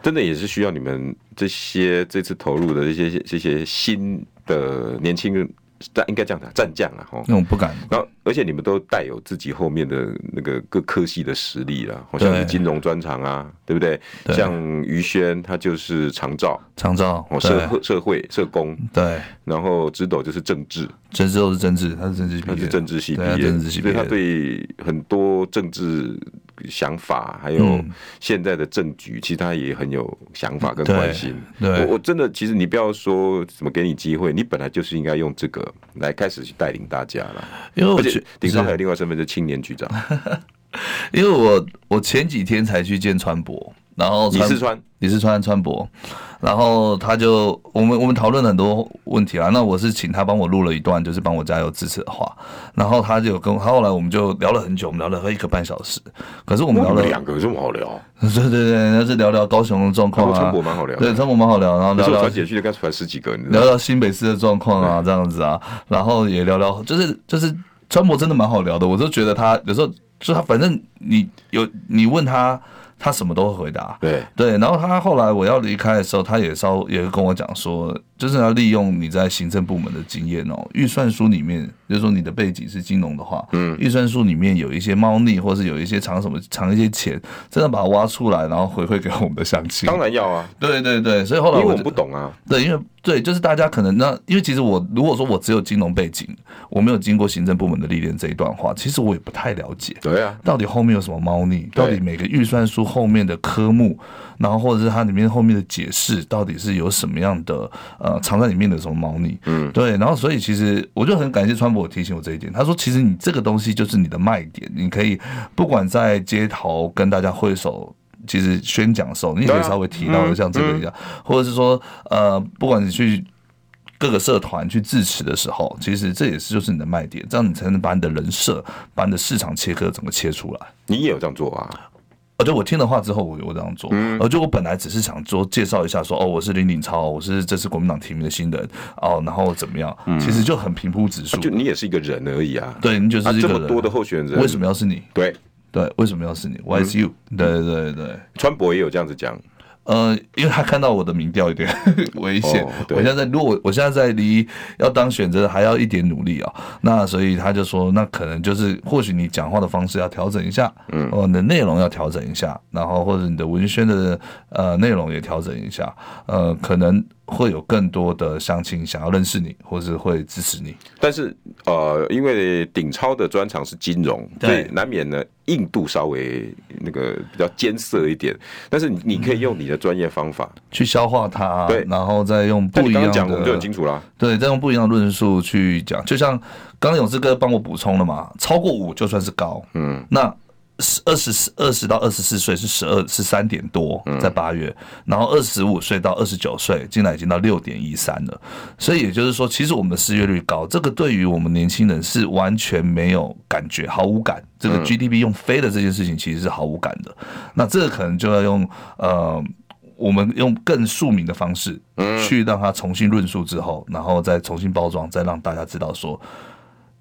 S1: 真的也是需要你们这些这次投入的这些这些新的年轻人，但应该这样讲战将啊，哈。
S2: 那我不敢
S1: 然后，而且你们都带有自己后面的那个各科系的实力啦，好像是
S2: 对
S1: 金融专长啊，对不对？
S2: 对
S1: 像于轩，他就是长照，
S2: 长照
S1: 哦，
S2: 对
S1: 社会社会社工，
S2: 对，
S1: 然后直斗就是政治，
S2: 政治都是政治，他是政治系毕
S1: 他
S2: 业的，
S1: 是政治系毕业，
S2: 对他政治系毕
S1: 所以
S2: 业
S1: 他
S2: 的，
S1: 对很多政治想法，还有
S2: 嗯
S1: 现在的政局，其实他也很有想法跟
S2: 对
S1: 关心。
S2: 对
S1: 我我真的，其实你不要说什么给你机会，你本来就是应该用这个来开始去带领大家了。
S2: 因为我
S1: 而且
S2: 觉，
S1: 顶上还有
S2: 哦是
S1: 另外身份，就是青年局长，
S2: 因为我我前几天才去见川博，然后
S1: 李
S2: 川
S1: 四川，
S2: 李四川川博，然后他就我们我们讨论了很多问题啊，那我是请他帮我录了一段，就是帮我加油支持的话，然后他就有跟他后来我们就聊了很久，我们聊了快一个半小时，可是我们
S1: 哇
S2: 聊
S1: 你
S2: 了
S1: 们两个有什么好聊？哦
S2: 对 对对，那是聊聊高雄的状况
S1: 不过
S2: 啊，
S1: 川博蛮好聊的
S2: 对川博蛮好聊，然后
S1: 可
S2: 聊
S1: 是我
S2: 聊
S1: 传简讯就该传十几个，你知道
S2: 聊
S1: 吗？
S2: 聊新北市的状况啊，这样子啊，然后也聊聊，就是就是川博真的蛮好聊的，我就觉得他有时候就他反正你有你问他，他什么都会回答。
S1: 对，
S2: 对，然后他后来我要离开的时候，他也稍也跟我讲说，就是要利用你在行政部门的经验哦，预算书里面，就是说你的背景是金融的话，嗯，预算书里面有一些猫腻，或是有一些藏什么藏一些钱，真的把它挖出来，然后回馈给我们的乡亲。
S1: 当然要啊，
S2: 对对对，所以后
S1: 因
S2: 来
S1: 为
S2: 我
S1: 我
S2: 就
S1: 们不懂啊。
S2: 对，因为对，就是大家可能那，因为其实我如果说我只有金融背景，我没有经过行政部门的历练这一段话，其实我也不太了解。
S1: 对啊，
S2: 到底后面有什么猫腻？到底每个预算书后面的科目，然后或者是它里面后面的解释，到底是有什么样的呃藏在里面的什么猫腻？嗯，对。然后所以其实我就很感谢川博提醒我这一点。他说，其实你这个东西就是你的卖点，你可以不管在街头跟大家挥手。其实宣讲的时候，你也可
S1: 对
S2: 以
S1: 啊
S2: 稍微提到
S1: 嗯
S2: 像这个一样，或者是说，呃，不管你去各个社团去支持的时候，其实这也是就是你的卖点，这样你才能把你的人设、把你的市场切割整个切出来。
S1: 你也有这样做啊？
S2: 而哦且我听了话之后，我我这样做，
S1: 嗯
S2: 而且我本来只是想做介绍一下说哦，我是林鼎超，我是这次国民党提名的新人哦，然后怎么样，其实就很平铺直述。
S1: 嗯啊就你也是一个人而已啊。
S2: 对你就是
S1: 啊，
S2: 一
S1: 这
S2: 个
S1: 么
S2: 人，
S1: 多的候选人，嗯
S2: 为什么要是你？
S1: 对，
S2: 对，为什么要是你？Why is you？、对对对对。
S1: 川博也有这样子讲，
S2: 呃，因为他看到我的民调 有点危险，
S1: 哦对
S2: 我现在在，如果我现在在离要当选择还要一点努力啊、那所以他就说，那可能就是或许你讲话的方式要调整一下，嗯，哦，你的内容要调整一下，然后或者你的文宣的呃内容也调整一下，呃，可能会有更多的乡亲想要认识你，或是会支持你，
S1: 但是呃，因为顶超的专长是金融，
S2: 对
S1: 所以难免呢硬度稍微那个比较艰涩一点。但是你你可以用你的专业方法，
S2: 去消化它，啊
S1: 对
S2: 然后再用
S1: 但
S2: 不
S1: 你
S2: 一
S1: 刚
S2: 样
S1: 刚
S2: 的。
S1: 讲我们就很清楚啦。
S2: 对，再用不一样的论述去讲，就像刚刚永志哥帮我补充了嘛，超过五就算是高，嗯，那十二十二十到二十四岁是十二是三点多，在八月，然后二十五岁到二十九岁，进来已经到六点一三了。所以也就是说，其实我们的失业率高，这个对于我们年轻人是完全没有感觉，毫无感。这个 GDP 用飞的这件事情其实是毫无感的。那这个可能就要用呃。我们用更庶民的方式，去让它重新论述之后，然后再重新包装，再让大家知道说，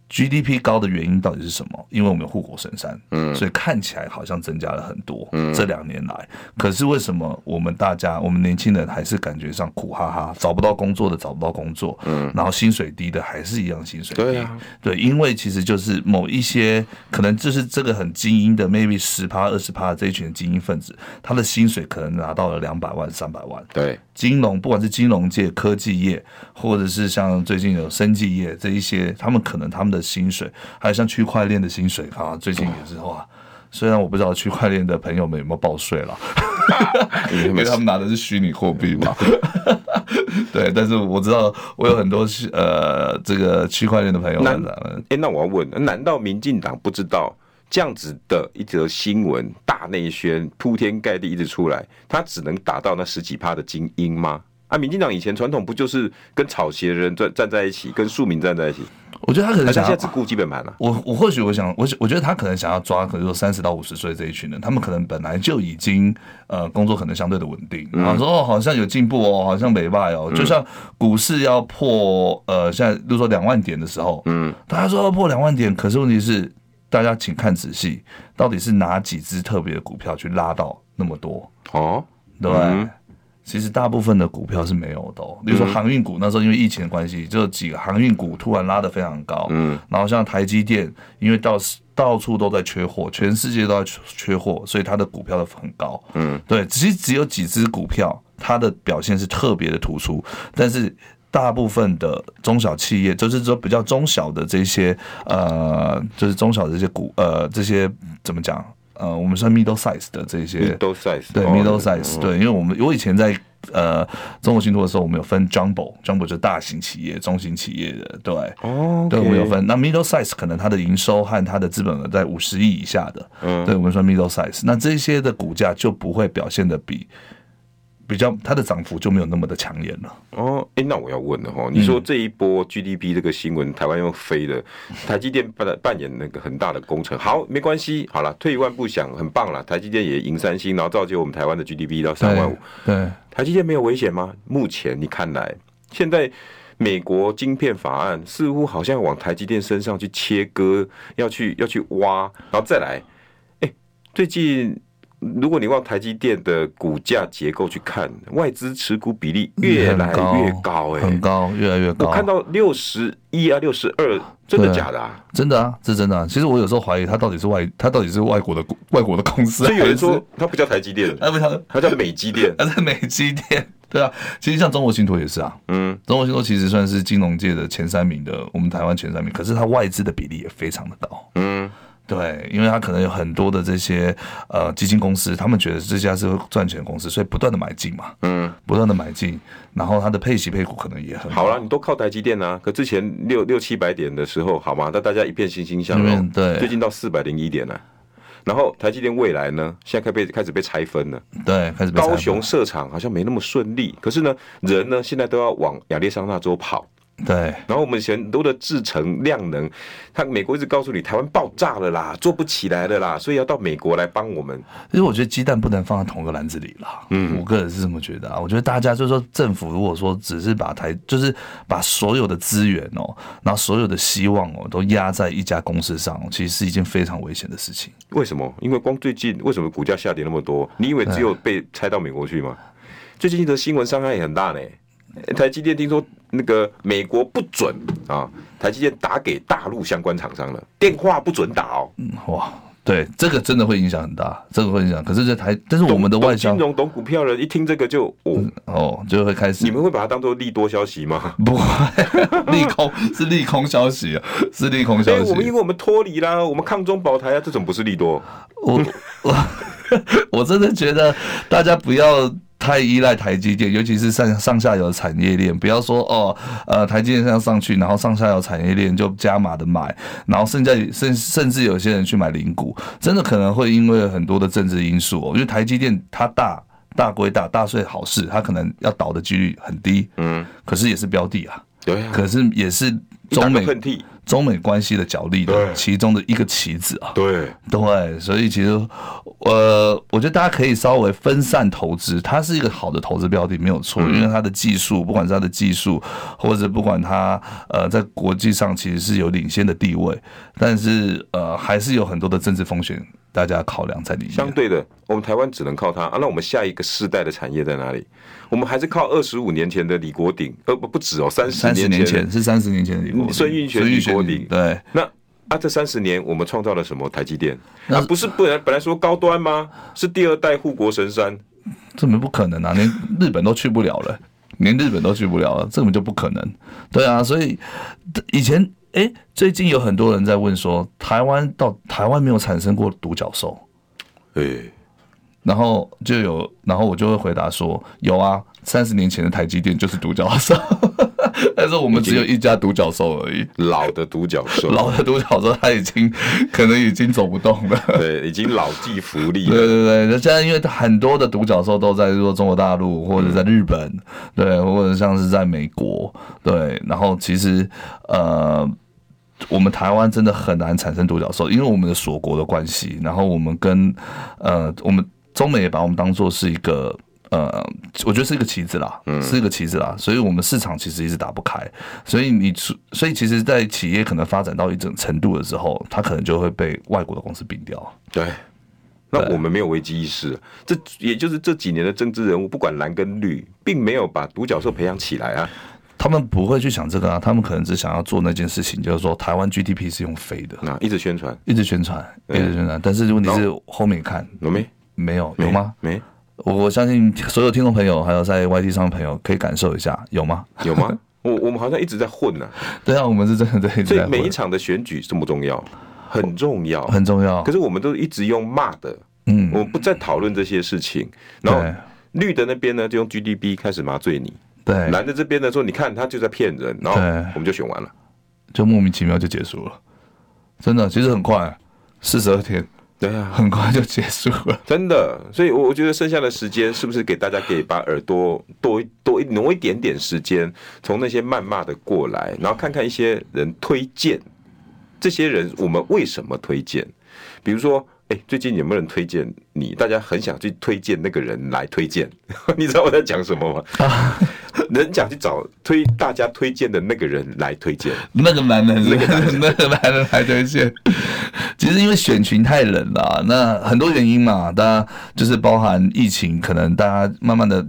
S2: GDP 高的原因到底是什么？因为我们有护国神山，嗯，所以看起来好像增加了很多，嗯，这两年来，可是为什么我们大家，我们年轻人还是感觉上苦哈哈，找不到工作的找不到工作，嗯，然后薪水低的还是一样薪水低，
S1: 对啊
S2: 对因为其实就是某一些可能就是这个很精英的，maybe 十趴二十趴这一群精英分子，他的薪水可能拿到了两百万三百万，
S1: 对，
S2: 金融，不管是金融界、科技业，或者是像最近有生技业这一些，他们可能他们的薪水，还有像区块链的薪水啊，最近也是哇。虽然我不知道区块链的朋友们有没有报税了，
S1: 哎
S2: 因为他们拿的是虚拟货币嘛。 对，但是我知道我有很多是呃这个区块链的朋友
S1: 难
S2: 们，呃
S1: 哎、那我要问，难道民进党不知道这样子的一则新闻大内宣铺天盖地一直出来，他只能打到那十几趴的精英吗？啊，民进党以前传统不就是跟草鞋的人站站在一起，跟庶民站在一起，
S2: 我觉得他可
S1: 而
S2: 能
S1: 且
S2: 想
S1: 现在
S2: 要
S1: 只顾基本盘了、啊
S2: 我我或许我想，我我觉得他可能想要抓，可能说三十到五十岁这一群人，他们可能本来就已经呃工作可能相对的稳定，
S1: 嗯
S2: 然后说哦好像有进步哦，好像没败哦，就像股市要破呃现在例如说两万点的时候，嗯，大家说要破两万点，可是问题是大家请看仔细，到底是哪几只特别的股票去拉到那么多，
S1: 哦，
S2: 对不对？其实大部分的股票是没有的、哦，比如说航运股，那时候因为疫情的关系，就有几个航运股突然拉得非常高。嗯，然后像台积电，因为到到处都在缺货，全世界都在缺缺货，所以它的股票都很高。嗯，对，其实只有几只股票它的表现是特别的突出，但是。大部分的中小企业，就是说比较中小的这些，呃，就是中小的这些股，呃，这些怎么讲？呃，我们算 middle size 的这些
S1: 都 size
S2: 对
S1: 哦
S2: middle size，、对，因为我们我以前在呃中国信托的时候，我们有分 jumbo，jumbo 就是大型企业、中型企业的，对，
S1: 哦，
S2: 对，我们有分。那 middle size 可能它的营收和它的资本额在五十亿以下的，嗯，对，我们说 middle size。那这些的股价就不会表现的比比较它的涨幅就没有那么的抢眼了。
S1: 哦，哎、那我要问了哦，你
S2: 嗯
S1: 说这一波 GDP 这个新闻，台湾又飞了，台积电扮扮演那个很大的工程，好，没关系，好了，退一万步想，很棒了，台积电也赢三星，然后造就我们台湾的 GDP 到三万五，
S2: 对，
S1: 台积电没有危险吗？目前你看来，现在美国晶片法案似乎好像往台积电身上去切割，要去要去挖，然后再来。哎，最近如果你往台积电的股价结构去看，外资持股比例越来越高、
S2: 很
S1: 哎，
S2: 高，越来越高。
S1: 我看到六十一啊，六十二，真的
S2: 对
S1: 假的啊？
S2: 真的啊，这真的、啊。其实我有时候怀疑它到底是外，它到底是外国的外国的公司，
S1: 所以有人
S2: 还
S1: 说
S2: 是，
S1: 它不叫台积电，
S2: 哎，不晓得。
S1: 它叫美积电。
S2: 它在美积电，对啊。其实像中国信托也是啊，
S1: 嗯，
S2: 中国信托其实算是金融界的前三名的，我们台湾前三名，可是它外资的比例也非常的高，
S1: 嗯，
S2: 对，因为它可能有很多的这些呃基金公司，他们觉得这家是赚钱的公司，所以不断的买进嘛，
S1: 嗯，
S2: 不断的买进，然后它的配息配股可能也很
S1: 好啦，你都靠台积电啊。可之前六六七百点的时候，好吗？那大家一片欣欣向荣。
S2: 嗯对
S1: 最近到四百零一点了、然后台积电未来呢，现在开被开始被拆分了。
S2: 对，开始被裁
S1: 高
S2: 判
S1: 雄设厂好像没那么顺利，可是呢，人呢现在都要往亚利桑那州跑。
S2: 对。
S1: 然后我们以前很多的制程量能，他美国一直告诉你台湾爆炸了啦，做不起来了啦，所以要到美国来帮我们。
S2: 其实我觉得鸡蛋不能放在同一个篮子里啦。嗯，我个人是这么觉得啊。我觉得大家就是说，政府如果说只是把台，就是把所有的资源哦，然后所有的希望哦，都压在一家公司上哦，其实是一件非常危险的事情。
S1: 为什么？因为光最近为什么股价下跌那么多？你以为只有被拆到美国去吗？
S2: 哎
S1: 最近的新闻伤害也很大呢。台积电听说那个美国不准啊，台积电打给大陆相关厂商了，电话不准打哦。
S2: 嗯哇，对，这个真的会影响很大，这个会影响。可是这台，但是我们的
S1: 懂
S2: 外销
S1: 懂金融、懂股票的人一听这个就哦，
S2: 哦，就会开始
S1: 你们会把它当做利多消息吗？
S2: 不会利空是利空消息啊，是利空
S1: 哎、
S2: 消息。
S1: 我们因为我们脱离啦，我们抗中保台啊，这种不是利多。
S2: 我我我真的觉得大家不要太依赖台积电，尤其是上上下游的产业链，不要说哦，呃，台积电上上去，然后上下游产业链就加码的买，然后剩下甚甚至有些人去买零股，真的可能会因为很多的政治因素、哦，因为台积电它大。大归大，大税好事，它可能要倒的几率很低，嗯，可是也是标的啊，
S1: 对啊，
S2: 可是也是中
S1: 一打个
S2: 美
S1: 喷嚏
S2: 中美关系的角力
S1: 对
S2: 的其中的一个棋子啊，
S1: 对，
S2: 对，所以其实，呃，我觉得大家可以稍微分散投资，它是一个好的投资标的，没有错，
S1: 嗯
S2: 因为它的技术，不管是它的技术，或者不管它呃在国际上其实是有领先的地位，但是呃还是有很多的政治风险，大家考量在里
S1: 相
S2: 面。
S1: 对的，我们台湾只能靠它啊。那我们下一个世代的产业在哪里？我们还是靠二十五年前的李国鼎，呃，不不止哦，三十
S2: 三十年
S1: 前
S2: 前是三十年前的李国鼎
S1: 孙运璇
S2: 孙运
S1: 李国鼎
S2: 璇对。
S1: 那啊，这三十年我们创造了什么？台积电
S2: 那
S1: 啊，不是本来本来说高端吗？是第二代护国神山。
S2: 这么不可能啊！连日本都去不了 了，连日本都去不了了，这本就不可能。对啊，所以以前哎、诶最近有很多人在问说，台湾到台湾没有产生过独角兽，
S1: 哎、
S2: 然后就有，然后我就会回答说，有啊，三十年前的台积电就是独角兽， 但是我们只有一家独角兽而已。
S1: 老的独角兽，
S2: 老的独角兽它已经可能已经走不动了。
S1: 对，已经老骥伏枥
S2: 对
S1: 了。
S2: 对对，那现在因为很多的独角兽都在说中国大陆或者在日本，对，或者像是在美国，对，然后其实呃。我们台湾真的很难产生独角兽，因为我们的锁国的关系，然后我们跟呃，我们中美也把我们当做是一个呃，我觉得是一个棋子啦，是一个棋子啦，所以我们市场其实一直打不开，所以你出所以其实，在企业可能发展到一种程度的时候，它可能就会被外国的公司并掉。
S1: 对，那我们没有危机意识，这也就是这几年的政治人物，不管蓝跟绿，并没有把独角兽培养起来啊。
S2: 他们不会去想这个啊，他们可能只想要做那件事情，就是说台湾 GDP 是用飞的，
S1: 那一直宣传，
S2: 一直宣传，一直宣传。但是问题是后面看
S1: 有没？
S2: 没有有吗？
S1: 没
S2: 我我相信所有听众朋友，还有在 YT 上的朋友可以感受一下，有吗？
S1: 有吗？我我们好像一直在混呢、啊，
S2: 对啊，我们是真的在一直
S1: 所以
S2: 在
S1: 每一
S2: 混
S1: 场的选举重不重要？很重要，
S2: 很重要
S1: 可。是我们都一直用骂的，
S2: 嗯
S1: 我们不再讨论这些事情。然
S2: 对
S1: 后绿的那边呢，就用 GDP 开始麻醉你；
S2: 对，
S1: 蓝的这边呢，说你看他就在骗人，然后
S2: 对
S1: 我们就选完了。
S2: 就莫名其妙就结束了，真的，其实很快，四十二天，
S1: 对啊，
S2: 很快就结束了。
S1: 真的，所以，我我觉得剩下的时间是不是给大家给把耳朵多多挪一点点时间，从那些谩骂的过来，然后看看一些人推荐，这些人我们为什么推荐？比如说，哎、最近有没有人推荐你？大家很想去推荐那个人来推荐， 你知道我在讲什么吗？人想去找推大家推荐的那个人来推荐，
S2: 那个男人，那个那个男人还推荐。其实因为选群太冷了啊、那很多原因嘛，大家就是包含疫情，可能大家慢慢的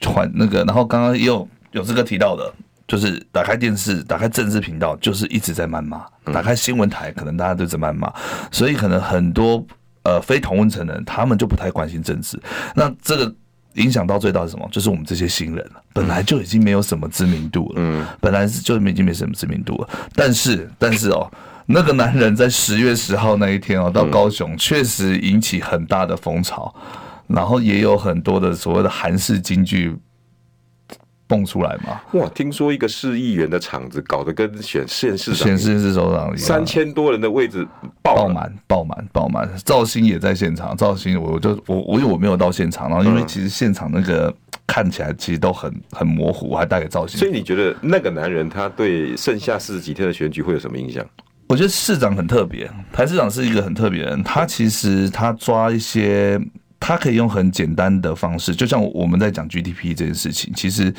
S2: 传那个，然后刚刚也有有这个提到的，就是打开电视，打开政治频道，就是一直在谩骂；打开新闻台，可能大家都在谩骂，所以可能很多呃非同温层人，他们就不太关心政治。那这个影响到最大是什么？就是我们这些新人了，本来就已经没有什么知名度了，嗯，本来是就已经没什么知名度了。但是，但是哦，那个男人在十月十号那一天哦，到高雄确实引起很大的风潮，然后也有很多的所谓的韩式京剧蹦出来嘛，
S1: 哇，听说一个市议员的场子搞得跟选县市啊长
S2: 显示是首长一样
S1: 三千多人的位置爆
S2: 爆
S1: 满。
S2: 满，爆满，爆满。赵鑫也在现场，赵鑫，我就我我因为我没有到现场，然后因为
S1: 嗯
S2: 其实现场那个看起来其实都很很模糊，我还带给赵鑫
S1: 所以你觉得那个男人他对剩下四十几天的选举会有什么影响？
S2: 我觉得市长很特别，台市长是一个很特别的人，他其实他抓一些。他可以用很简单的方式，就像我们在讲 GDP 这件事情，其实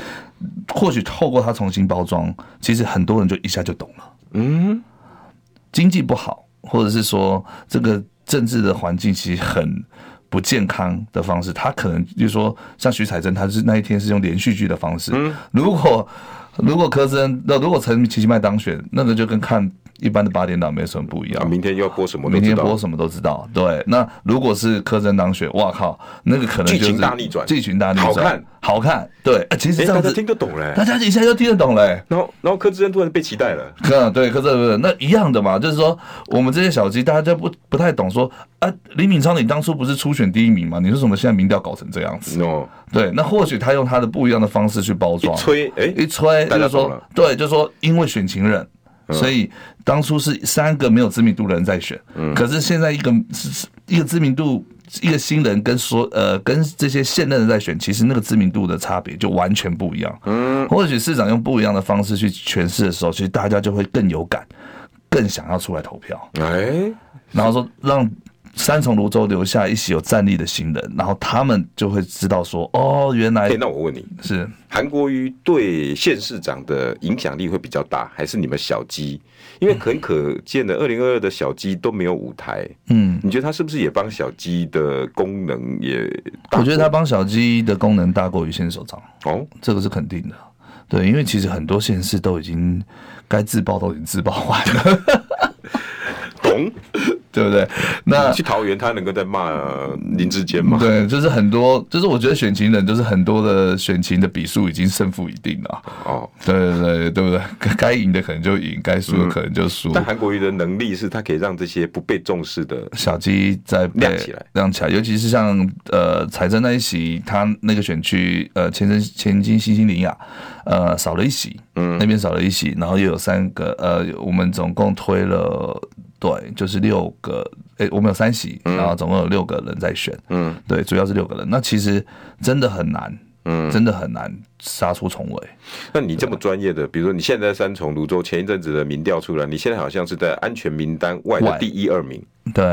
S2: 或许透过他重新包装，其实很多人就一下就懂了。
S1: 嗯，
S2: 经济不好，或者是说这个政治的环境其实很不健康的方式，他可能就是说像徐彩珍，他是那一天是用连续剧的方式。如果如果柯震，那如果陈其迈当选，那个就跟看一般的八点档没有什么不一样。
S1: 啊明天要播什么都
S2: 明
S1: 知
S2: 天
S1: 道
S2: 播。什么都知道，对。那如果是柯震当选，哇靠，那个可能就是
S1: 剧情大逆转
S2: 剧情大逆转，
S1: 好看，
S2: 好看，对。呃其实
S1: 哎，
S2: 这
S1: 大
S2: 样
S1: 家
S2: 子，
S1: 听得 懂嘞、
S2: 大家一下就听得懂嘞、
S1: 然后，然后柯志恩突然被期待了。
S2: 嗯，对，可是不是那一样的嘛？就是说，我们这些小鸡，大家就不不太懂说啊，李敏钊，你当初不是初选第一名嘛？你为什么现在民调搞成这样子？
S1: 哦，
S2: 对，那或许他用他的不一样的方式去包
S1: 一
S2: 装，
S1: 吹，哎、
S2: 一吹
S1: 大
S2: 就
S1: 家
S2: 是
S1: 懂
S2: 说
S1: 了，嗯
S2: 对，就是说，因为选情人，所以当初是三个没有知名度的人在选，
S1: 嗯
S2: 可是现在一个是是一个知名度。一个新人跟所呃跟这些现任的在选，其实那个知名度的差别就完全不一样。嗯，或许市长用不一样的方式去诠释的时候，其实大家就会更有感，更想要出来投票。
S1: 哎、
S2: 然后说让三重泸州留下一些有战力的新人，然后他们就会知道说，哦，原来
S1: 哎、那我问你，
S2: 是
S1: 韩国瑜对县市长的影响力会比较大，还是你们小鸡？因为很可见的，二零二二的小鸡都没有舞台。
S2: 嗯，
S1: 你觉得他是不是也帮小鸡的功能也大？
S2: 我觉得他帮小鸡的功能大过于县首长，
S1: 哦，
S2: 这个是肯定的。对，因为其实很多县市都已经该自爆都已经自爆完了，
S1: 懂。
S2: 对不对？那
S1: 去桃园，他能够在骂林志坚吗？
S2: 对，就是很多，就是我觉得选情人就是很多的选情的比数已经胜负已定了。
S1: 哦，
S2: 对对对，对不对？该该赢的可能就赢，该输的可能就输。
S1: 但韩国瑜的能力是他可以让这些不被重视 的
S2: 小鸡在被
S1: 亮起来，
S2: 亮起来，尤其是像呃财政那一席，他那个选区呃前身前金新兴林雅，呃少了一席，嗯，那边少了一席，然后又有三个呃，我们总共推了对，就是六个，诶、我们有三席，然后总共有六个人在选，嗯，对，主要是六个人，那其实真的很难，嗯，真的很难杀出重围，
S1: 那你这么专业的，比如说你现在在三重、泸州，前一阵子的民调出来，你现在好像是在安全名单外的
S2: 外
S1: 第一二名。
S2: 对，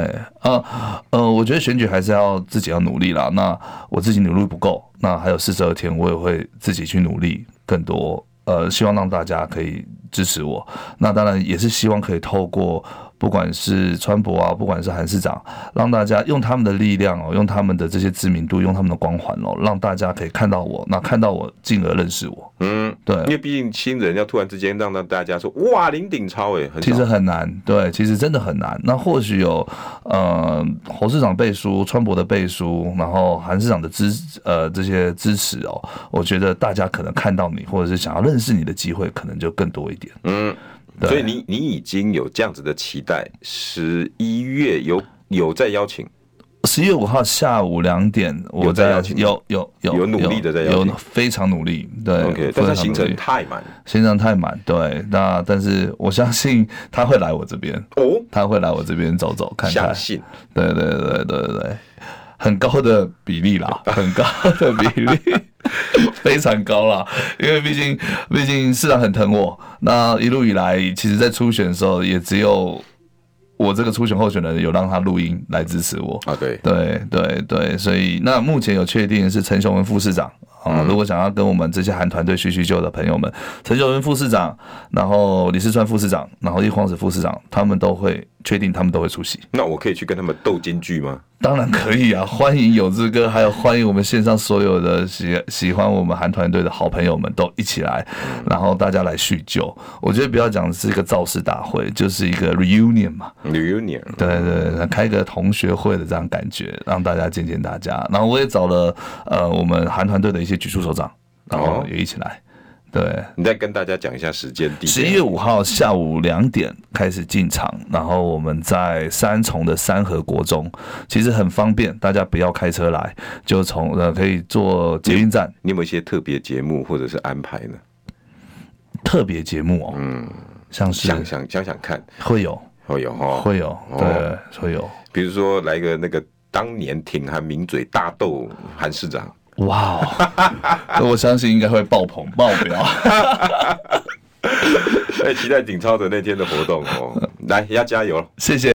S2: 呃呃，我觉得选举还是要自己要努力啦。那我自己努力不够，那还有四十二天，我也会自己去努力更多。呃，希望让大家可以支持我。那当然也是希望可以透过不管是川博啊，不管是韩市长，让大家用他们的力量哦，用他们的这些知名度，用他们的光环哦，让大家可以看到我，那看到我，进而认识我。
S1: 嗯，
S2: 对，
S1: 因为毕竟新人要突然之间让到大家说哇林鼎超哎、很
S2: 其
S1: 少
S2: 实很难，对，其实真的很难。那或许有呃侯市长背书、川博的背书，然后韩市长的支呃这些支持哦，我觉得大家可能看到你，或者是想要认识你的机会，可能就更多一点。
S1: 嗯，
S2: 对
S1: 所以你你已经有这样子的期待，十一月有有在邀请，
S2: 十月五号下午两点，我
S1: 有在
S2: 在
S1: 邀请吗
S2: 有有有
S1: 有努力地在邀
S2: 有
S1: 请
S2: 非常努力，对
S1: OK，
S2: 非
S1: 但
S2: 常
S1: 是行
S2: 努
S1: 程
S2: 力
S1: 太满
S2: 行程太满，对。那但是我相信他会来我这边，
S1: 哦，
S2: 他会来我这边走走看看
S1: 相。信
S2: 对对对对对对，很高的比例啦，很高的比例，非常高啦。因为毕竟毕竟市长很疼我，那一路以来，其实在初选的时候，也只有我这个初选候选人有让他录音来支持我。
S1: 啊，对，
S2: 对对对，所以那目前有确定是陈雄文副市长啊、如果想要跟我们这些韩团队叙叙旧的朋友们，陈雄文副市长，然后李世川副市长，然后叶匡子副市长，他们都会确定，他们都会出席。
S1: 那我可以去跟他们斗金句吗？
S2: 当然可以啊，欢迎有志哥，还有欢迎我们线上所有的喜喜欢我们韩团队的好朋友们都一起来，然后大家来叙旧。我觉得不要讲是一个造势大会，就是一个 reunion 嘛，
S1: reunion，
S2: 对对对，开个同学会的这样感觉，让大家见见大家。然后我也找了呃我们韩团队的一些举措首长，然后
S1: 哦
S2: 也一起来。对，
S1: 你再跟大家讲一下时间地
S2: 十
S1: 点。
S2: 一月五号下午两点开始进场，然后我们在三重的三和国中，其实很方便，大家不要开车来，就从呃可以坐捷运站
S1: 你有没有一些特别节目或者是安排呢？
S2: 特别节目哦，嗯，像是
S1: 想想想想看，
S2: 会有
S1: 哦有哈，
S2: 会有
S1: 哦
S2: 对会有，
S1: 比如说来个那个当年挺韩名嘴大斗韩市长，
S2: 哇 哦，我相信应该会爆棚爆表，
S1: 哎，期待景超的那天的活动哦，来要加油了。
S2: 谢谢。